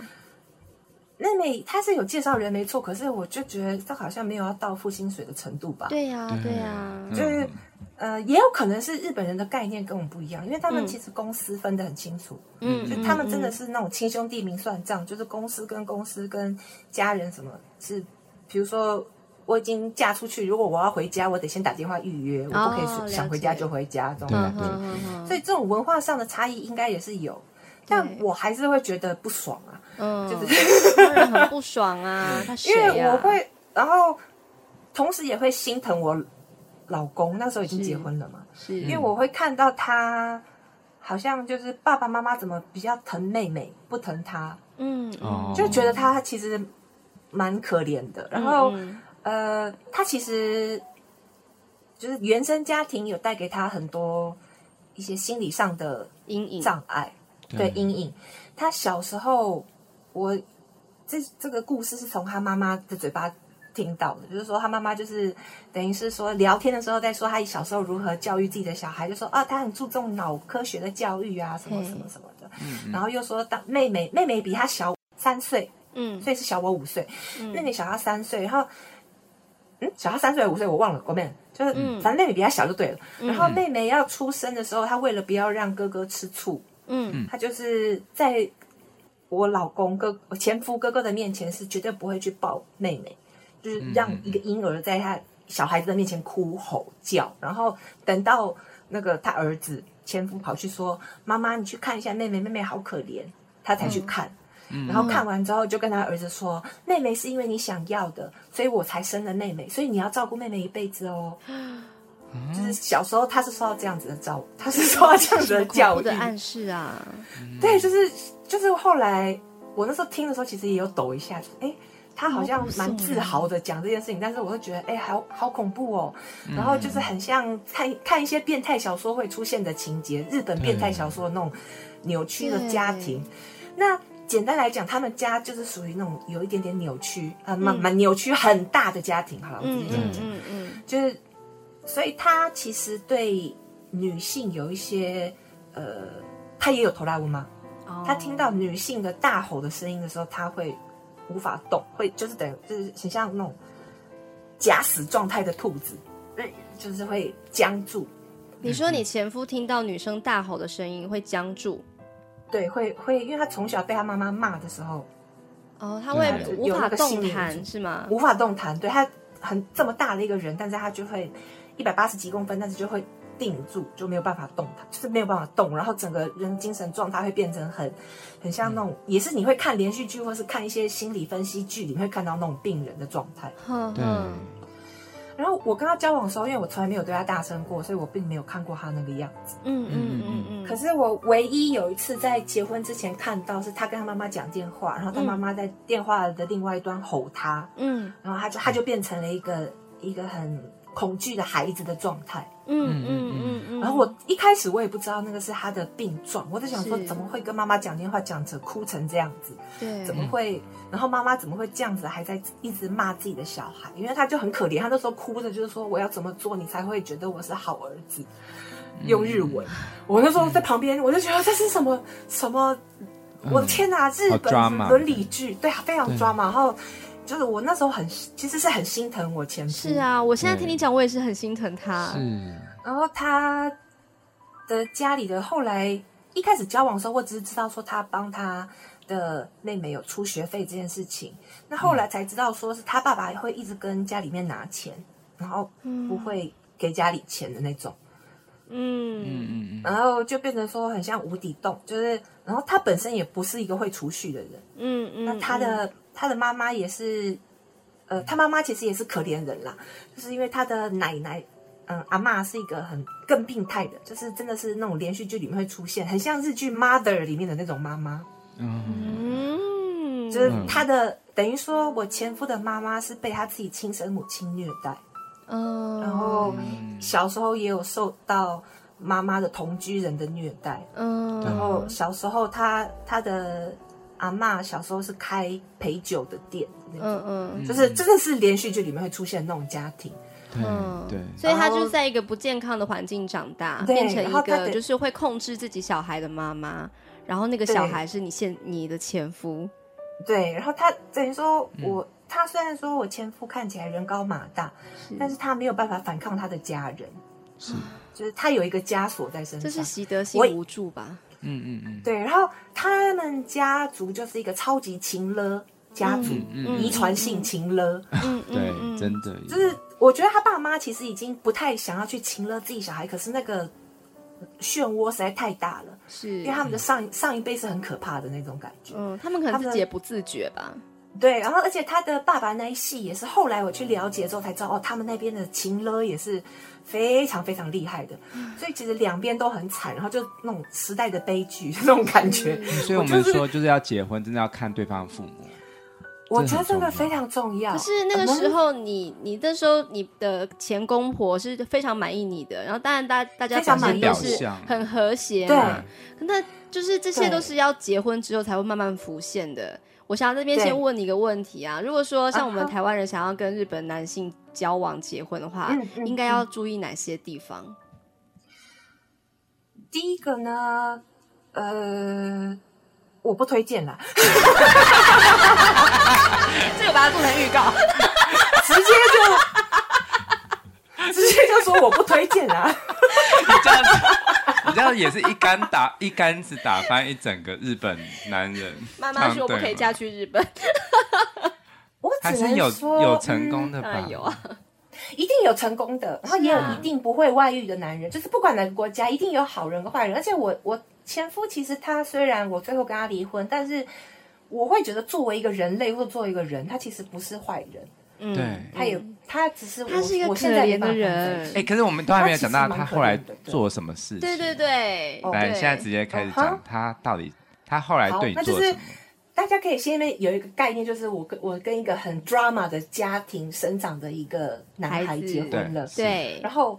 S2: 妹妹她是有介绍人没错，可是我就觉得她好像没有要到付薪水的程度吧。
S1: 对呀、对啊嗯呀、
S3: 嗯
S2: 就是呃，也有可能是日本人的概念跟我们不一样，因为他们
S1: 嗯
S2: 其实公司分得很清楚，
S1: 嗯，
S2: 就
S1: 嗯
S2: 他们真的是那种亲兄弟明算账，就是公司跟公司跟家人什么是，比如说。我已经嫁出去，如果我要回家，我得先打电话预约，我不可以
S1: 哦
S2: 说
S1: 了
S2: 想回
S1: 解
S2: 家就回家这
S1: 嗯
S2: 种感
S1: 哼
S2: 觉。
S1: 哼哼
S2: 所以这种文化上的差异应该也是有，但
S1: 对
S2: 我还是会觉得不爽啊。
S1: 嗯，
S2: 就
S1: 当然很不爽啊，他谁
S2: 因为
S1: 呀、
S2: 我会，然后同时也会心疼我老公，那时候已经结婚了嘛，
S1: 是嗯
S2: 因为我会看到他好像就是爸爸妈妈怎么比较疼妹妹，不疼他，
S1: 嗯
S4: 哦
S1: 嗯，
S2: 就觉得他其实蛮可怜的。然后、
S1: 嗯
S2: 呃，他其实就是原生家庭有带给他很多一些心理上的
S1: 阴影
S2: 障碍，
S3: 嗯
S2: 对阴影。他小时候，我这这个故事是从他妈妈的嘴巴听到的，就是说他妈妈就是等于是说聊天的时候在说他小时候如何教育自己的小孩，就说啊，他很注重脑科学的教育啊，什么什么什么的。然后又说当妹妹妹妹比他小三岁，
S1: 嗯
S2: 所以是小我五岁，
S1: 嗯
S2: 妹妹小他三岁，然后。嗯，小他三岁还是五岁我忘了，我妹就是、
S1: 嗯
S2: 反正妹妹比他小就对了。然后妹妹要出生的时候，她为了不要让哥哥吃醋，
S1: 嗯
S2: 他就是在我老公哥、我前夫哥哥的面前是绝对不会去抱妹妹，就是让一个婴儿在他小孩子的面前哭吼叫，然后等到那个他儿子前夫跑去说：“妈妈，你去看一下妹妹，妹妹好可怜。”他才去看。然后看完之后，就跟他儿子说：“
S1: 嗯
S2: 妹妹是因为你想要的，所以我才生了妹妹，所以你要照顾妹妹一辈子哦。”
S1: 嗯
S2: 就是小时候他是受到这样子的照，他是受到这样子的
S1: 恐
S2: 教
S1: 怖
S2: 育
S1: 的暗示啊，
S2: 对，就是就是后来我那时候听的时候，其实也有抖一下，哎、他好像蛮自豪的讲这件事情，但是我会觉得，哎、好好恐怖哦。然后就是很像看看一些变态小说会出现的情节，日本变态小说的那种扭曲的家庭。那简单来讲，他们家就是属于那种有一点点扭曲，啊、蛮蛮扭曲很大的啊家庭。好了，我直
S1: 嗯
S2: 接这样
S1: 嗯
S2: 讲，
S1: 嗯嗯，
S2: 就是，所以他其实对女性有一些，呃，他也有头拉文吗？
S1: 哦
S2: 他听到女性的大吼的声音的时候，他会无法动，会就是等于就是很像那种假死状态的兔子，对就是会僵住，
S1: 你说你前夫听到女生大吼的声音会僵住，
S2: 对，会会，因为他从小被他妈妈骂的时候
S1: 哦，他会
S2: 对
S1: 无
S2: 有
S1: 法
S2: 那个
S1: 动
S2: 心理因
S1: 弹
S2: 素
S1: 是吗？
S2: 无法动弹，对他很这么大的一个人，但是他就会一百八十几公分，但是就会定住，就没有办法动弹，就是没有办法动，然后整个人精神状态会变成很很像那种，也是你会看连续剧或是看一些心理分析剧，你会看到那种病人的状态。
S1: 哼
S4: 对，
S1: 哼，
S2: 然后我跟他交往的时候，因为我从来没有对他大声过，所以我并没有看过他那个样子。
S1: 嗯嗯嗯嗯，
S2: 可是我唯一有一次在结婚之前看到，是他跟他妈妈讲电话，然后他妈妈在电话的另外一端吼他，
S1: 嗯
S2: 然后他就他就变成了一个一个很恐惧的孩子的状态。
S1: 嗯嗯嗯嗯，
S2: 然后我一开始我也不知道那个是他的病状，我在想说
S1: 是
S2: 怎么会跟妈妈讲电话讲着哭成这样子，
S1: 对
S2: 怎么会？然后妈妈怎么会这样子，还在一直骂自己的小孩？因为他就很可怜，他那时候哭的就是说我要怎么做你才会觉得我是好儿子。用日文，我那时候在旁边，我就觉得这是什么什么，我的天哪！日本
S3: drama
S2: 伦理剧，对啊，非常抓嘛。然后就是我那时候很，其实是很心疼我前夫，
S1: 是啊，我现在听你讲，我也是很心疼他。
S3: 嗯
S4: 是
S2: 然后他的家里的后来一开始交往的时候，我只是知道说他帮他的妹妹有出学费这件事情，那后来才知道说是他爸爸会一直跟家里面拿钱，然后不会给家里钱的那种，
S1: 嗯，
S4: 嗯嗯
S2: 然后就变成说很像无底洞，就是然后他本身也不是一个会储蓄的人，
S1: 嗯嗯，
S2: 那他的、他的妈妈也是，呃，他妈妈其实也是可怜人啦，就是因为他的奶奶，嗯，阿嬷是一个很更病态的，就是真的是那种连续剧里面会出现，很像日剧《Mother》里面的那种妈妈，
S4: 嗯，
S3: 哦
S1: 嗯，
S2: 就是他的、等于说我前夫的妈妈是被他自己亲生母亲虐待，
S1: 嗯，
S2: 然后小时候也有受到妈妈的同居人的虐待，
S1: 嗯，
S2: 然后小时候他他的阿嬷小时候是开陪酒的店那种。
S1: 嗯嗯
S2: 就是真的是连续剧里面会出现那种家庭，
S1: 嗯，
S4: 对
S1: 所以他
S2: 然后
S1: 就是在一个不健康的环境长大，
S2: 对
S1: 变成一
S2: 然后他
S1: 个
S2: 得
S1: 就是会控制自己小孩的妈妈，然后那个小孩是你现你的前夫，
S2: 对。然后他等于说
S1: 嗯
S2: 我，他虽然说我前夫看起来人高马大，但是他没有办法反抗他的家人，
S4: 是，
S2: 就是他有一个枷锁在身
S1: 这是
S2: 上。
S1: 习得性
S2: 我
S1: 无助吧？
S4: 嗯嗯嗯，
S2: 对，然后他们家族就是一个超级情勒家族，
S1: 嗯
S2: 遗传性情勒，
S1: 嗯嗯
S4: 对，
S1: 嗯，
S4: 真的耶，
S2: 就是我觉得他爸妈其实已经不太想要去情勒自己小孩，可是那个漩涡实在太大了，
S1: 是
S2: 因为他们的上上一辈是很可怕的那种感觉。
S1: 嗯，他们可能
S2: 他
S1: 自
S2: 们
S1: 己也不自觉吧。
S2: 对，然后而且他的爸爸那一系也是后来我去了解之后才知道，哦，他们那边的情勒也是非常非常厉害的，
S1: 嗯
S2: 所以其实两边都很惨，然后就那种时代的悲剧 那种感
S1: 嗯
S2: 觉，
S4: 所以我们说就是要结婚，真的要看对方父母，
S2: 我觉得这个非常重要。嗯
S1: 可是那个时候你，你那时候你的前公婆是非常满意你的，然后当然大大家
S2: 非常
S1: 表现
S2: 满意
S1: 都
S4: 表
S1: 是
S4: 象
S1: 很和谐
S2: 对
S3: 嗯
S1: 嘛。那就是这些
S2: 对
S1: 都是要结婚之后才会慢慢浮现的。我想要这边
S2: 对
S1: 先问你一个问题啊，如果说像我们
S2: 啊哈
S1: 台湾人想要跟日本男性交往结婚的话，
S2: 嗯嗯
S1: 应该要注意哪些地方？
S2: 第一个呢，呃，我不推荐啦，
S1: 这个把它做成预告。
S2: 直接就 直接就说我不推荐啦。
S3: 你这样子，你这样也是一竿打一竿子打翻一整个日本男人。
S1: 妈妈说我
S3: 这
S1: 不
S3: 样对吗
S1: 可以嫁去日本，
S2: 我
S3: 还
S2: 只
S3: 是有
S2: 能说
S3: 有成
S2: 嗯
S3: 功的
S1: 当
S3: 吧
S1: 然？有啊。
S2: 一定有成功的，
S1: 啊
S2: 然后也有一定不会外遇的男人，就是不管哪个国家，一定有好人跟坏人。而且我我前夫其实他虽然我最后跟他离婚，但是我会觉得作为一个人类或者作为一个人，他其实不是坏人，
S1: 嗯，
S4: 对
S2: 他也、他只是我
S1: 他是一个
S2: 我
S1: 可
S2: 现在没
S1: 怜的
S2: 办法放在一
S1: 人
S2: 起。
S4: 哎，可是我们都还没有讲到
S2: 他其实
S4: 他
S2: 蛮可
S4: 后来
S2: 怜的对
S4: 做了什么事情。
S1: 对对对，
S2: 哦
S4: 来，
S1: 对
S4: 现在直接开始讲
S2: 嗯
S4: 他到底他后来对你
S2: 好那就
S4: 做了
S2: 是
S4: 什么。
S2: 大家可以先有一个概念，就是我跟我跟一个很 drama 的家庭生长的一个男
S1: 孩
S2: 孩
S1: 子
S2: 结婚了，
S1: 对
S2: 然，后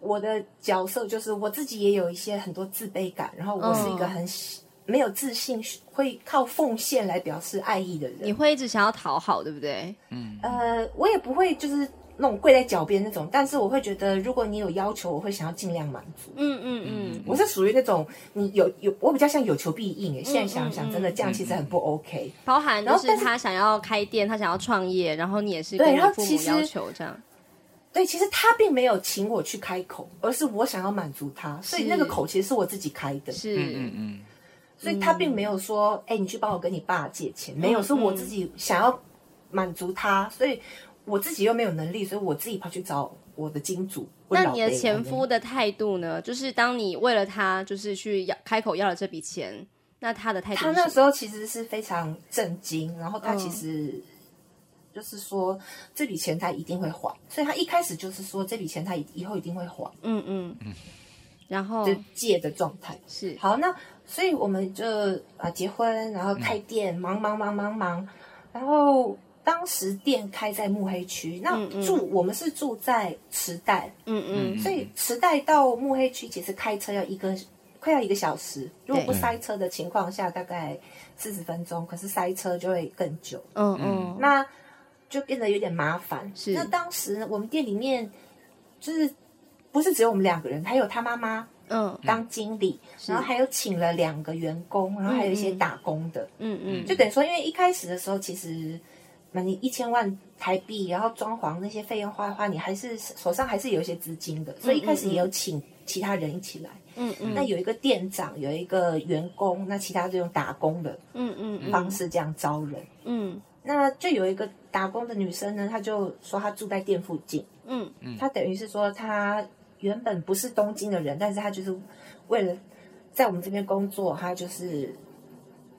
S2: 我的角色就是我自己也有一些很多自卑感，然后我是
S1: 嗯
S2: 一个很喜、没有自信，会靠奉献来表示爱意的
S1: 你
S2: 人。
S1: 会一直想要讨好，对不对？
S2: 呃，我也不会就是那种跪在脚边那种，但是我会觉得如果你有要求，我会想要尽量满足。
S1: 嗯嗯
S2: 我是属于那种你有有，我比较像有求必应诶。现在
S1: 嗯
S2: 想
S1: 嗯
S2: 想，真的这样其实很不 OK。
S1: 嗯，包含就
S2: 然后
S1: 是
S2: 但是
S1: 他想要开店，他想要创业，然后你也是
S2: 对
S1: 跟你
S2: 然后
S1: 父母
S2: 其实
S1: 要求这样，
S2: 对，其实他并没有请我去开口，而是我想要满足他，所以
S1: 是
S2: 那个口其实是我自己开的。
S1: 是
S4: 嗯嗯嗯，
S2: 所以他并没
S1: 嗯
S2: 有说，哎、你去帮我跟你爸借钱，没有，是我自己想要满足他，所以我自己又没有能力，所以我自己跑去找我的金主。我
S1: 那
S2: 老
S1: 你的
S2: 爹
S1: 前夫的态度呢？就是当你为了他，就是去要开口要了这笔钱，那他的态度
S2: 他
S1: 是
S2: 那
S1: 什
S2: 时候其实是非常震惊，然后他
S1: 嗯
S2: 其实就是说这笔钱他一定会还，所以他一开始就是说这笔钱他以以后一定会还，
S1: 么嗯嗯嗯，然后
S2: 就借的状态。
S1: 是
S2: 好，那所以我们就啊结婚，然后开店，忙忙忙忙忙，然后当时店开在慕黑区，那
S1: 嗯嗯
S2: 住、我们是住在池袋，
S1: 嗯嗯
S2: 所以池袋到慕黑区其实开车要一个快要一个小时，如果不塞车的情况下，大概四十分钟，可是塞车就会更久。
S1: 嗯嗯，
S2: 那就变得有点麻烦。
S1: 是
S2: 那当时我们店里面就是不是只有我们两个人，还有他妈妈
S1: 嗯
S2: 当经理，
S1: 是
S2: 然后还有请了两个员工，然后还有一些
S1: 嗯嗯
S2: 打工的，
S1: 嗯嗯，
S2: 就等于说，因为一开始的时候其实。那你一千万台币，然后装潢那些费用花一花，你还是手上还是有一些资金的，所以一开始也有请其他人一起来。
S1: 嗯嗯
S2: 那有一个店长，有一个员工，那其他就用打工的
S1: 嗯嗯嗯
S2: 方式这样招人。
S1: 嗯
S2: 那就有一个打工的女生呢，她就说她住在店附近，
S1: 嗯
S2: 她等于是说她原本不是东京的人，但是她就是为了在我们这边工作，她就是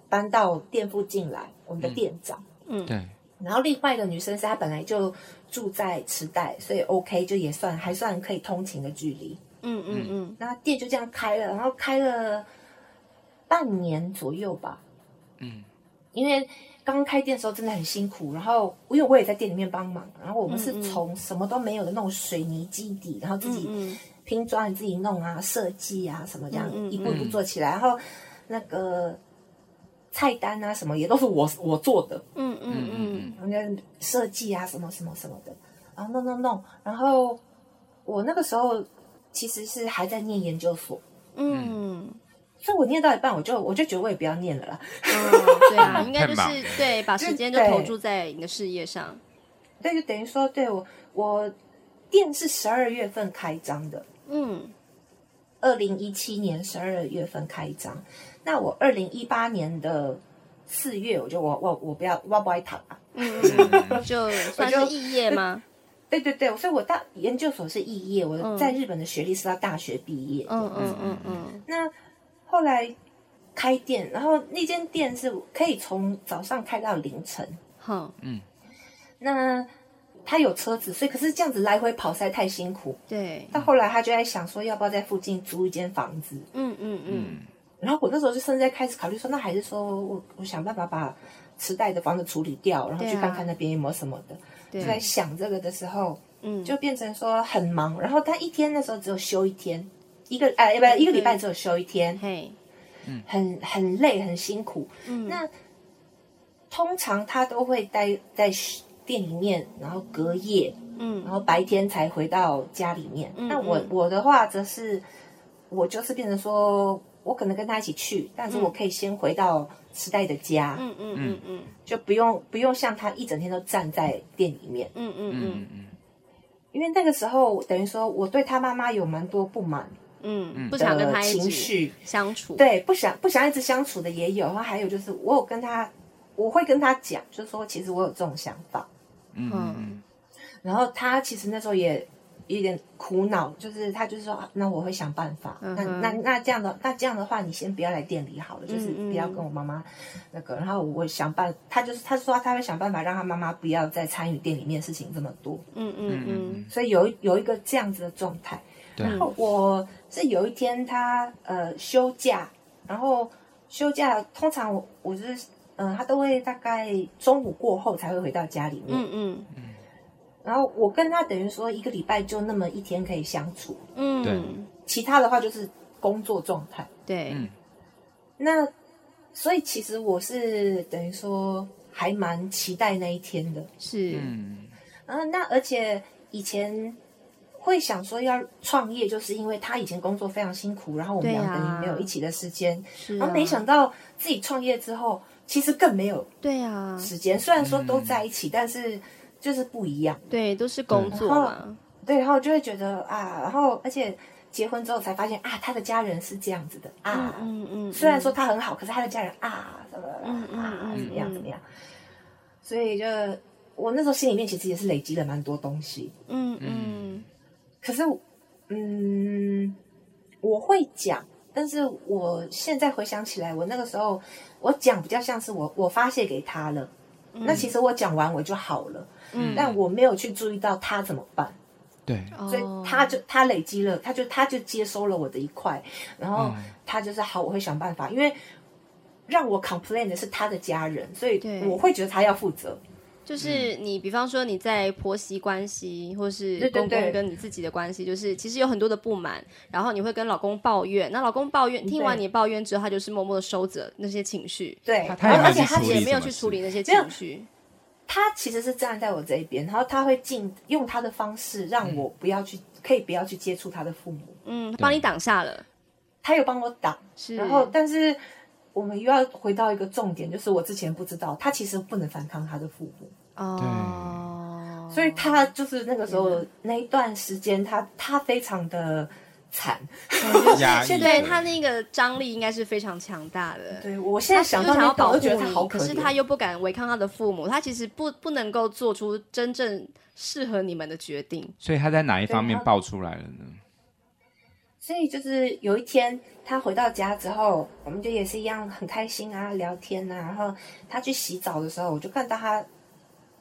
S2: 搬到店附近来，我们的店长。
S4: 对，
S2: 然后另外一个女生是她本来就住在池袋，所以 OK 就也算还算可以通勤的距离。
S1: 嗯嗯嗯，
S2: 那店就这样开了，然后开了半年左右吧。
S4: 嗯，
S2: 因为刚开店的时候真的很辛苦，然后因为我也在店里面帮忙，然后我们是从什么都没有的那种水泥基底，然后自己
S1: 嗯
S2: 拼装、自己弄啊、设计啊什么这样，
S1: 嗯嗯
S2: 一步一步做起来。然后那个菜单啊什么也都是我我做的，
S1: 嗯嗯嗯
S2: 然后就设计啊什么什么什么的，然后弄弄弄，然后我那个时候其实是还在念研究所。
S1: 嗯。
S2: 所以我念到一半，我就我就觉得我也不要念了啦。
S1: 嗯，对啊，应该就
S3: 太忙
S1: 是对，把时间就
S2: 对
S1: 投注在你的事业上。
S2: 对，就等于说，对我我店是十二月份开张的，
S1: 嗯
S2: 二零一七年十二月份开张。那我二零一八年的四月，我就我我我不要我不爱躺啊。
S1: 嗯，嗯，就算是
S2: 我就
S1: 肄业吗？
S2: 对对对，所以我大研究所是肄业，我在日本的学历是到大学毕业。
S1: 嗯嗯嗯嗯
S2: 那后来开店，然后那间店是可以从早上开到凌晨。
S1: 嗯，好，
S2: 那他有车子，所以可是这样子来回跑实在太辛苦。
S1: 对，
S2: 到后来他就在想说，要不要在附近租一间房子？
S1: 嗯嗯嗯，
S2: 然后我那时候就甚至在开始考虑说，那还是说我我想办法把池袋的房子处理掉，然后去
S1: 对啊
S2: 看看那边有没有什么的。就在
S1: 对，
S2: 想这个的时候，
S1: 嗯，
S2: 就变成说很忙。然后他一天那时候只有休一天，一个呃不一个礼
S1: 嗯
S2: 拜只有休一天，
S1: 嘿，
S2: 很很累很辛苦。
S1: 嗯
S2: 那通常他都会待在店里面，然后隔夜，然
S1: 嗯
S2: 后白天才回到家里面。
S1: 嗯
S2: 那我
S1: 嗯
S2: 我的话则是，我就是变成说我可能跟他一起去，但是我可以先回到时代的家，
S1: 嗯嗯嗯嗯
S2: 就不用不用像他一整天都站在店里面。
S1: 嗯嗯
S2: 因为那个时候等于说我对他妈妈有蛮多不满
S1: 嗯嗯，不
S2: 不
S1: 想跟他一
S2: 情
S1: 起
S2: 绪，
S1: 相处。，
S2: 对不想不想一直相处的也有，然后还有就是我有跟他，我会跟他讲，就是说其实我有这种想法。
S4: 嗯嗯嗯，
S2: 然后他其实那时候也有点苦恼，就是他就是说，啊那我会想办法。
S1: 嗯
S2: 那
S1: 哼
S2: 那那这样的那这样的话，你先不要来店里好了，就是
S1: 嗯嗯
S2: 不要跟我妈妈那个。然后我想办，他就是他说他会想办法让他妈妈不要再参与店里面事情这么多，
S1: 嗯嗯嗯
S2: 所以有一有一个这样子的状态。
S4: 对
S2: 然后我是有一天他呃休假，然后休假通常我我是嗯、呃他都会大概中午过后才会回到家里面。
S1: 嗯嗯
S2: 然后我跟他等于说一个礼拜就那么一天可以相处，
S1: 嗯，
S4: 对
S2: 其他的话就是工作状态。
S1: 对
S3: 嗯
S2: 那所以其实我是等于说还蛮期待那一天的。
S1: 是，
S3: 嗯
S2: 嗯、那而且以前会想说要创业，就是因为他以前工作非常辛苦，然后我们
S1: 对
S2: 俩
S1: 啊
S2: 等于没有一起的时间，
S1: 是啊
S2: 然后没想到自己创业之后，其实更没有
S1: 对啊，
S2: 时间。虽然说都在一起，但是就是不一样。
S1: 对，都是工作嘛，
S2: 对，然后就会觉得啊，然后而且结婚之后才发现啊，他的家人是这样子的啊
S1: 嗯，嗯嗯，
S2: 虽然说他很好，可是他的家人啊，怎么
S1: 嗯嗯
S2: 啊
S1: 嗯
S2: 怎么样
S1: 嗯
S2: 怎么样，所以就我那时候心里面其实也是累积了蛮多东西，
S1: 嗯嗯
S2: 可是我嗯，我会讲。但是我现在回想起来，我那个时候我讲比较像是我我发泄给他了，那其实我讲完我就好了，
S1: 嗯
S2: 但我没有去注意到他怎么办，
S4: 对，
S2: 所以
S1: 哦
S2: 他就他累积了，他就他就接收了我的一块，然
S4: 嗯
S2: 后他就是好，我会想办法，因为让我 complain 的是他的家人，所以
S1: 对
S2: 我会觉得他要负责。
S1: 就是你，比方说你在婆媳关系，或是
S2: 对对
S1: 公公
S2: 对
S1: 跟你自己的关系，就是其实有很多的不满，然后你会跟老公抱怨，那老公抱怨，听完你抱怨之后，他就是默默的收着那些情绪，
S2: 对，
S4: 他也
S2: 而
S4: 没有
S2: 而
S4: 去
S2: 且他
S4: 处理
S1: 也
S2: 其实
S1: 没有
S4: 什
S1: 去
S4: 么
S1: 处理
S4: 事
S1: 那些
S2: 没有
S1: 情 绪，
S2: 他其实是站在我这一边，然后他会尽用他的方式
S4: 嗯
S2: 让我不要去，可以不要去接触他的父母。
S1: 嗯，帮你挡下了，
S2: 他有帮我挡，
S1: 是，
S2: 然后但是我们又要回到一个重点，就是我之前不知道，他其实不能反抗他的父母。
S1: 哦，
S2: 所以他就是那个时候、那一段时间，他他非常的惨。
S3: 压抑，
S1: 现在他那个张力应该是非常强大的，
S2: 对我现在
S1: 想
S2: 想到那
S1: 要
S2: 个，
S1: 保
S2: 我
S1: 护你
S2: 就觉得他，好
S1: 可
S2: 怜。
S1: 是他又不敢违抗他的父母，他其实不不能够做出真正适合你们的决定。
S4: 所以他在哪一方面
S2: 对他
S4: 爆出来了呢？
S2: 所以就是有一天他回到家之后，我们就也是一样很开心啊，聊天啊。然后他去洗澡的时候，我就看到他，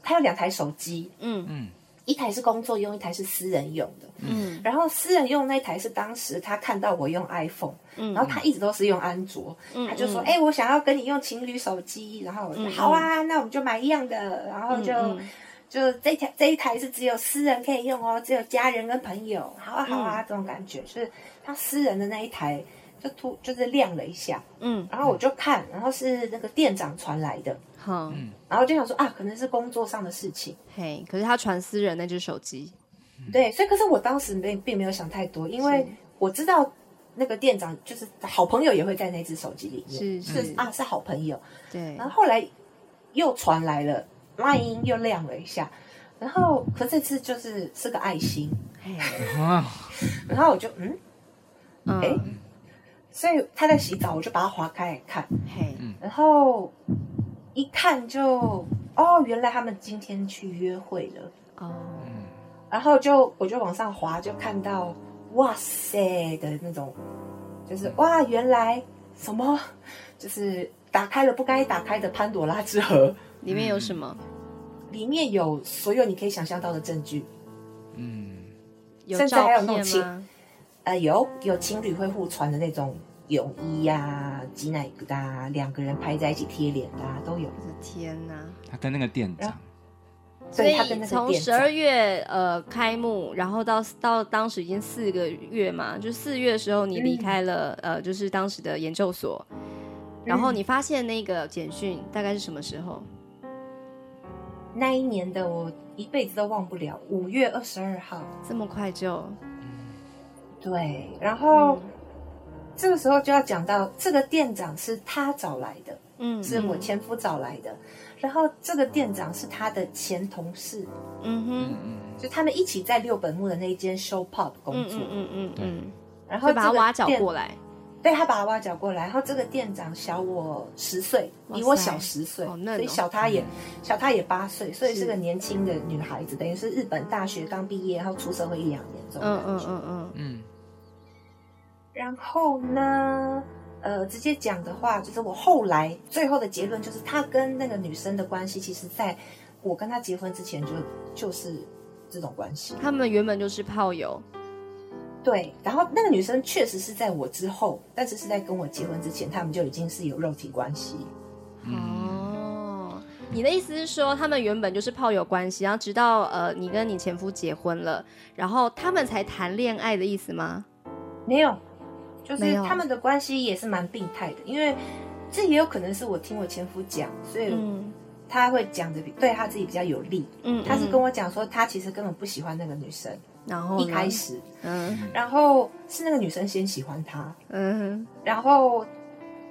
S2: 他有两台手机，
S1: 嗯
S2: 一台是工作用，一台是私人用的。
S1: 嗯
S2: 然后私人用那台是当时他看到我用 iPhone，、
S1: 嗯
S2: 然后他一直都是用安卓，
S1: 嗯
S2: 他就说：“
S1: 嗯
S2: 哎、我想要跟你用情侣手机。”然后我就、
S1: 嗯
S2: 好啊，那我们就买一样的。”然后就、
S1: 嗯嗯
S2: 就这一台这一台是只有私人可以用哦，只有家人跟朋友。好啊好
S1: 嗯
S2: 啊，这种感觉就是他私人的那一台就突就是亮了一下，
S1: 嗯，
S2: 然后我就看，然后是那个店长传来的，
S1: 好，
S2: 然后就想说啊，可能是工作上的事情。
S1: 嘿，可是他传私人那只手机，嗯
S2: 对，所以可是我当时没并没有想太多，因为我知道那个店长就是好朋友也会在那只手机里
S1: 是
S2: 面，
S1: 是
S2: 啊嗯是好朋友。
S1: 对
S2: 然，后后来又传来了，赖音又亮了一下，然后可这次就是是个爱心，
S1: 嘿，
S2: 然后我就嗯，哎、
S1: 嗯，
S2: 所以他在洗澡，我就把它划开来看，
S1: 嘿，
S2: 然后一看就哦，原来他们今天去约会了。
S1: 哦，
S2: 然后就我就往上滑，就看到哇塞的那种，就是哇，原来什么，就是打开了不该打开的潘朵拉之盒，
S1: 里面有什么？
S2: 里面有所有你可以想象到的证据。
S1: 有
S2: 甚至
S1: 照
S2: 还有那种
S1: 片吗
S2: 情？呃，有有情侣会互传的那种泳衣呀、啊、挤奶的、啊，两个人拍在一起贴脸的、啊、都有。
S1: 我的天哪！
S4: 他跟那个店
S2: 然
S4: 长
S2: 后，
S1: 所
S2: 对，
S1: 以
S2: 他跟那个
S1: 从
S2: 店
S1: 十
S2: 长
S1: 二月呃开幕，然后到到当时已经四个月嘛，就四月的时候你离开了、
S2: 嗯
S1: 呃，就是当时的研究所，然后你发现那个简讯大概是什么时候？
S2: 那一年的我一辈子都忘不了，五月二十二号。
S1: 这么快就
S2: 对，然
S1: 嗯
S2: 后、这个时候就要讲到这个店长是他找来的，
S1: 嗯
S2: 是我前夫找来的，然后这个店长是他的前同事，
S1: 嗯哼
S2: 就他们一起在六本木的那一间 show pub 工
S1: 嗯
S2: 作，
S1: 嗯嗯嗯嗯，
S4: 对
S1: 嗯
S2: 然后
S1: 会
S2: 这
S1: 把他
S2: 个
S1: 挖角
S2: 店
S1: 过来，
S2: 对他把他挖角过来，然后这个店长小我十岁，
S1: 哇
S2: 比我
S1: 塞
S2: 小十岁，
S1: 好嫩哦
S2: 所以小他也小他也八岁，所以
S1: 是
S2: 是个年轻的女孩子，等于是日本大学刚毕业，然后出社会一两年这种
S1: 嗯
S2: 感
S1: 嗯
S2: 觉。
S1: 嗯嗯，
S4: 嗯，
S2: 然后呢，呃，直接讲的话，就是我后来最后的结论就是，他跟那个女生的关系，其实在我跟他结婚之前就就是这种关系。
S1: 他们原本就是炮友，
S2: 对，然后那个女生确实是在我之后，但是是在跟我结婚之前，他们就已经是有肉体关系。
S3: 嗯
S1: 哦，你的意思是说，他们原本就是炮友关系，然后直到呃你跟你前夫结婚了，然后他们才谈恋爱的意思吗？
S2: 没有，就
S1: 没
S2: 是
S1: 有
S2: 他们的关系也是蛮病态的，因为这也有可能是我听我前夫讲，所以
S1: 嗯
S2: 他会讲的比对他自己比较有利。
S1: 嗯
S2: 他是
S1: 嗯
S2: 跟我讲说，他其实根本不喜欢那个女生，
S1: 然后
S2: 一
S1: 呢
S2: 开，始，
S1: 嗯
S2: 然后是那个女生先喜欢他，
S1: 嗯
S2: 然后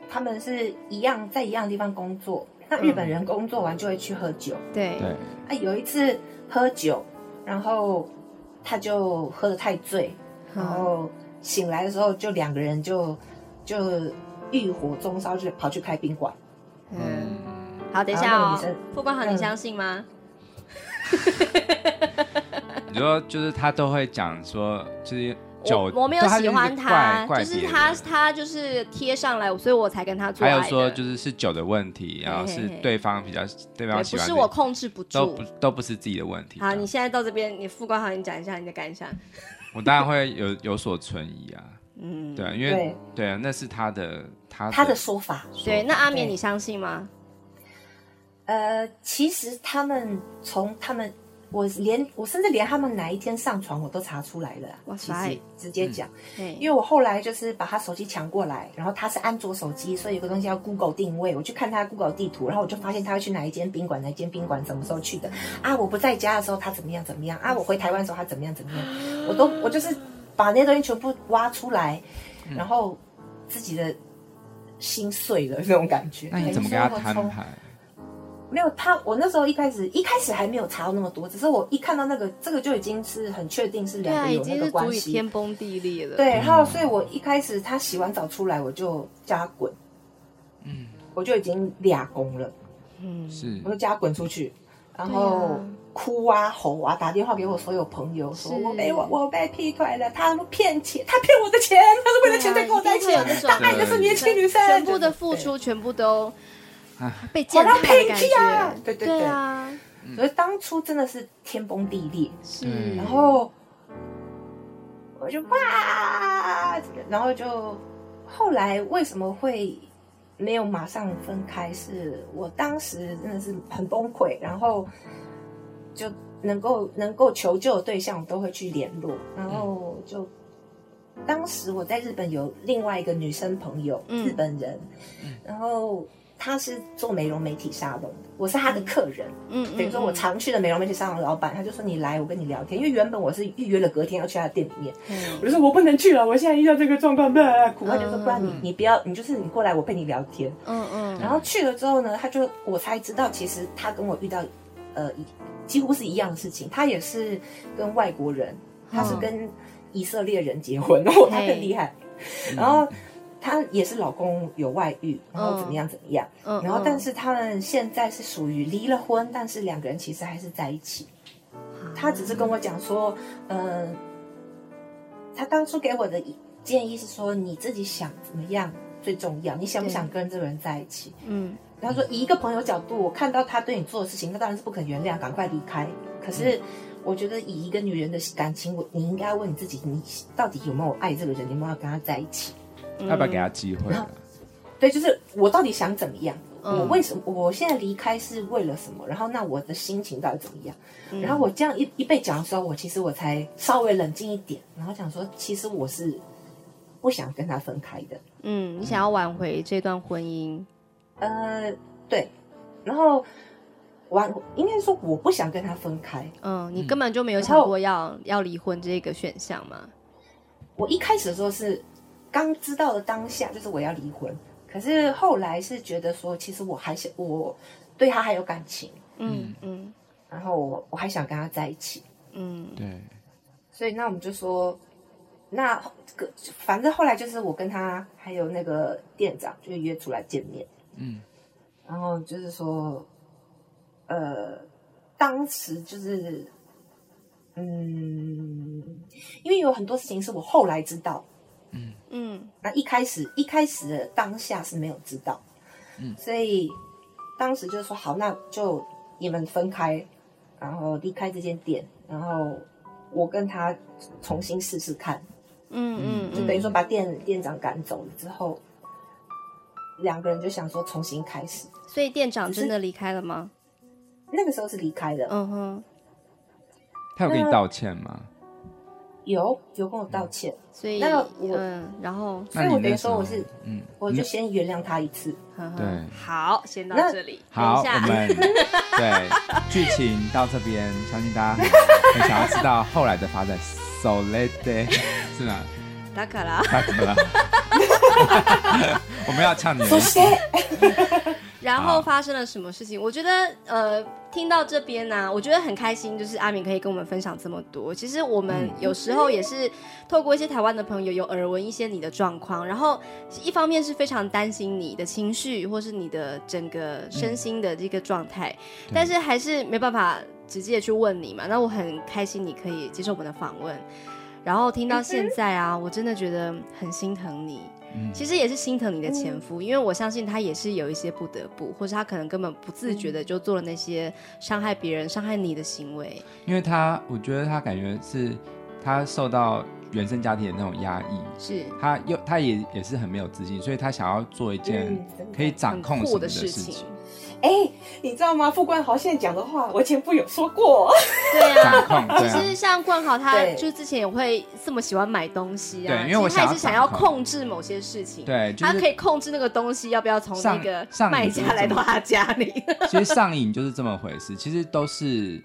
S2: 他们是一样在一样的地方工作。那日本人工作完就会去喝酒，
S1: 哼，对，
S4: 对，
S2: 啊，有一次喝酒，然后他就喝得太醉，
S1: 嗯
S2: 然后醒来的时候就两个人就就欲火中烧，就跑去开宾馆。
S1: 嗯，
S4: 嗯，
S1: 好，等一下
S2: 然后那个
S1: 哦
S2: 女生，
S1: 傅光豪，
S2: 嗯
S1: 你相信吗？
S3: 你说就是他都会讲说，就是酒，
S1: 我我没有
S3: 对
S1: 喜欢他，
S3: 他
S1: 就
S3: 就是一
S1: 是
S3: 个怪怪别人
S1: 他他就是贴上来，所以我才跟他做
S3: 还
S1: 爱的。
S3: 有说就是是酒的问题，然后是
S1: 嘿嘿嘿
S3: 对方比较
S1: 对
S3: 对方
S1: 不
S3: 喜欢
S1: 是
S3: 自己，
S1: 我控制不
S3: 都
S1: 住
S3: 不。都不是自己的问题。
S1: 好，
S3: 这样
S1: 你现在到这边，你傅光豪，你讲一下你的感想。
S3: 我当然会有有所存疑啊，
S1: 嗯，
S3: 对啊，因为
S2: 对
S3: 对啊，那是他的他
S2: 他的说法，
S1: 啊对，那阿棉，
S2: 对
S1: 你相信吗？
S2: 呃，其实他们从他们，我连我甚至连他们哪一天上床我都查出来了啊。
S1: 哇
S2: 其
S1: 塞嗯
S2: 实直接讲，
S1: 对，
S2: 因为我后来就是把他手机抢过来，然后他是安卓手机，所以有个东西叫 Google 定位，我去看他的 Google 地图，然后我就发现他会去哪一间宾馆，哪一间宾馆什么时候去的啊？我不在家的时候他怎么样怎么样啊？我回台湾的时候他怎么样怎么样？我都我就是把那些东西全部挖出来，然后自己的心碎了那种感觉。
S4: 那你怎么跟他摊
S2: 从
S4: 牌？
S2: 没有他，我那时候一开始一开始还没有查到那么多，只是我一看到那个这个就已经是很确定是
S1: 对
S2: 两
S1: 啊，
S2: 个
S1: 已
S2: 有那
S1: 经
S2: 个
S1: 是足
S2: 关
S1: 以
S2: 系。
S1: 天崩地裂了。
S2: 对，，然后所以我一开始他洗完澡出来，我就叫他滚，嗯，我就已经俩公了，
S1: 嗯，
S4: 是
S2: 我就叫他滚出去，然
S1: 对
S2: 后
S1: 啊
S2: 哭啊吼啊，打电话给我所有朋友说
S1: 是
S2: 我被我我被劈腿了，他骗钱，他骗我的钱，他是为了钱才跟我在一起
S1: 对啊一定会有这，种
S2: 他爱的是年轻女生，
S1: 全部的付出，全部都
S3: 啊
S1: 被践
S2: 我
S1: 踏
S2: 要
S1: 的
S2: 配
S1: 感
S2: 去啊
S1: 觉。
S2: 对对
S1: 对
S2: 对
S1: 啊，
S2: 对，所以当初真的是天崩地裂，
S1: 是
S2: 然后我就哇，然后就后来为什么会没有马上分开？是我当时真的是很崩溃，然后就能够能够求救的对象，我都会去联络，然
S1: 嗯
S2: 后就。当时我在日本有另外一个女生朋友，
S1: 嗯
S2: 日本人，然后她是做美容媒体沙龙的，我是她的客人，
S1: 嗯嗯，
S2: 等于说我
S1: 嗯
S2: 常去的美容美体沙龙老板，他就说你来，我跟你聊天，因为原本我是预约了隔天要去他的店里面，
S1: 嗯
S2: 我就说我不能去啊了，我现在遇到这个状况，那苦瓜就说
S1: 嗯
S2: 不然你你不要，你就是你过来，我陪你聊天。
S1: 嗯嗯，
S2: 然后去了之后呢，他就我才知道，其实他跟我遇到呃一几乎是一样的事情，他也是跟外国人，他是
S1: 嗯
S2: 跟以色列人结婚，然后他更厉害，
S1: 嗯
S2: 然后。他也是老公有外遇，然后怎么样怎么样，
S1: 嗯
S2: 然后
S1: 嗯
S2: 但是他们现在是属于离了婚，但是两个人其实还是在一起。他只是跟我讲说，嗯、他当初给我的建议是说，你自己想怎么样最重要，你想不想跟这个人在一起？
S1: 嗯
S2: 然后说，以一个朋友角度，我看到他对你做的事情，那当然是不肯原谅，赶快离开。
S1: 嗯
S2: 可是，我觉得以一个女人的感情，我你应该问你自己，你到底有没有爱这个人，你有没有要跟他在一起？
S1: 嗯
S4: 要不要给他机会啊？
S2: 嗯对，就是我到底想怎么样？
S1: 嗯
S2: 我为什么我现在离开是为了什么？然后那我的心情到底怎么样？然后我这样一一被讲的时候，我其实我才稍微冷静一点，然后讲说，其实我是不想跟他分开的。
S1: 嗯，你想要挽回这段婚姻，
S2: 呃，对，然后完应该说我不想跟他分开。
S1: 嗯，你根本就没有想过要要离婚这个选项嘛？
S2: 我一开始的时候是刚知道的当下，就是我要离婚，可是后来是觉得说，其实我还想我对他还有感情，
S1: 嗯嗯
S2: 然后我我还想跟他在一起。
S1: 嗯，
S4: 对，
S2: 所以那我们就说，那个反正后来就是我跟他还有那个店长就约出来见面，
S5: 嗯，
S2: 然后就是说，呃，当时就是，嗯，因为有很多事情是我后来知道，
S1: 嗯
S2: 那一开始一开始的当下是没有知道，
S5: 嗯
S2: 所以当时就说好，那就你们分开，然后离开这间店，然后我跟他重新试试看，
S1: 嗯嗯，
S2: 就等于说把店店长赶走了之后，两个人就想说重新开始。
S1: 所以店长
S2: 只是
S1: 真的离开了吗？
S2: 那个时候是离开的，
S1: 嗯哼，
S3: 他有跟你道歉吗？
S2: 有有跟我道歉，
S1: 所以
S2: 那我
S1: 嗯，然后
S2: 所
S5: 那
S2: 以
S5: 你
S2: 我等于
S5: 那时
S2: 说我
S5: 候
S2: 是，
S5: 嗯，
S2: 我就先原谅他一次。
S1: 呵呵
S3: 对
S1: 好，先到
S2: 那
S1: 这里，
S3: 好，
S1: 等一下
S3: 我们 对剧情到这边，相信 大家很很想要知道后来的发展。So let day，
S5: 是吗？
S1: 打卡啦。
S3: 他怎么了？
S5: 我们要唱你
S3: 嗯
S5: 的
S2: 首先，
S1: 然后发生了什么事情？我觉得呃，听到这边呢、我觉得很开心，就是阿敏可以跟我们分享这么多。其实我们有时候也是透过一些台湾的朋友有耳闻一些你的状况，然后一方面是非常担心你的情绪或是你的整个身心的这个状态，但是还是没办法直接去问你嘛。那我很开心你可以接受我们的访问。然后听到现在啊，我真的觉得很心疼你。
S3: 嗯
S1: 其实也是心疼你的前夫，因为我相信他也是有一些不得不，或是他可能根本不自觉的
S3: 嗯
S1: 就做了那些伤害别人、伤害你的行为。
S3: 因为他，我觉得他感觉是他受到原生家庭的那种压抑，
S1: 是，
S3: 他又他也也是很没有自信，所以他想要做一件
S2: 嗯真的
S3: 可以掌控
S1: 很
S3: 什
S1: 酷
S3: 么
S1: 的
S3: 事
S1: 事
S3: 情
S1: 情，，
S2: 哎、你知道吗？副官豪现在讲的话，我前夫有说过。
S1: 对
S3: 掌
S1: 啊。
S3: 控
S1: 其
S3: 对啊，
S1: 实像冠豪，他
S2: 对
S1: 就之前也会这么喜欢买东西啊，
S3: 对因为我
S1: 其实他也
S3: 想要
S1: 是想要
S3: 掌控
S1: 控制某些事情，
S3: 对，就
S1: 他可
S3: 是
S1: 以控制那个东西要不要从那
S3: 上
S1: 个
S3: 上
S1: 卖
S3: 瘾就是
S1: 家来到
S3: 这么
S1: 他家里。
S3: 其实上瘾就是这么回事，其实都是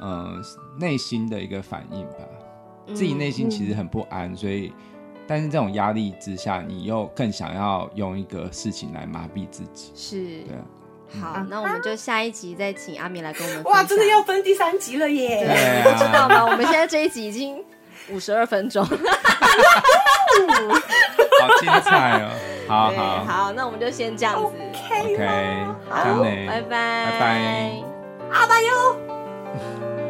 S3: 呃内心的一个反应吧，
S1: 嗯
S3: 自己内心其实很不安，所以但是这种压力之下，你又更想要用一个事情来麻痹自己，
S1: 是
S3: 对啊，
S1: 好，那我们就下一集再请阿米来跟我们分
S2: 哇，真的
S1: 享
S2: 要分第三集了
S1: 对，
S2: 耶！
S3: 对
S1: 你
S3: 啊
S1: 不知道吗？我们现在这一集已经五十二分钟。
S3: 好精彩哦，好
S1: 对，
S3: 好
S1: 好，那我们就先这样子，
S3: ，OK，
S1: 好，
S3: 这样呢
S1: 拜拜，
S3: 拜拜。
S2: 阿巴哟。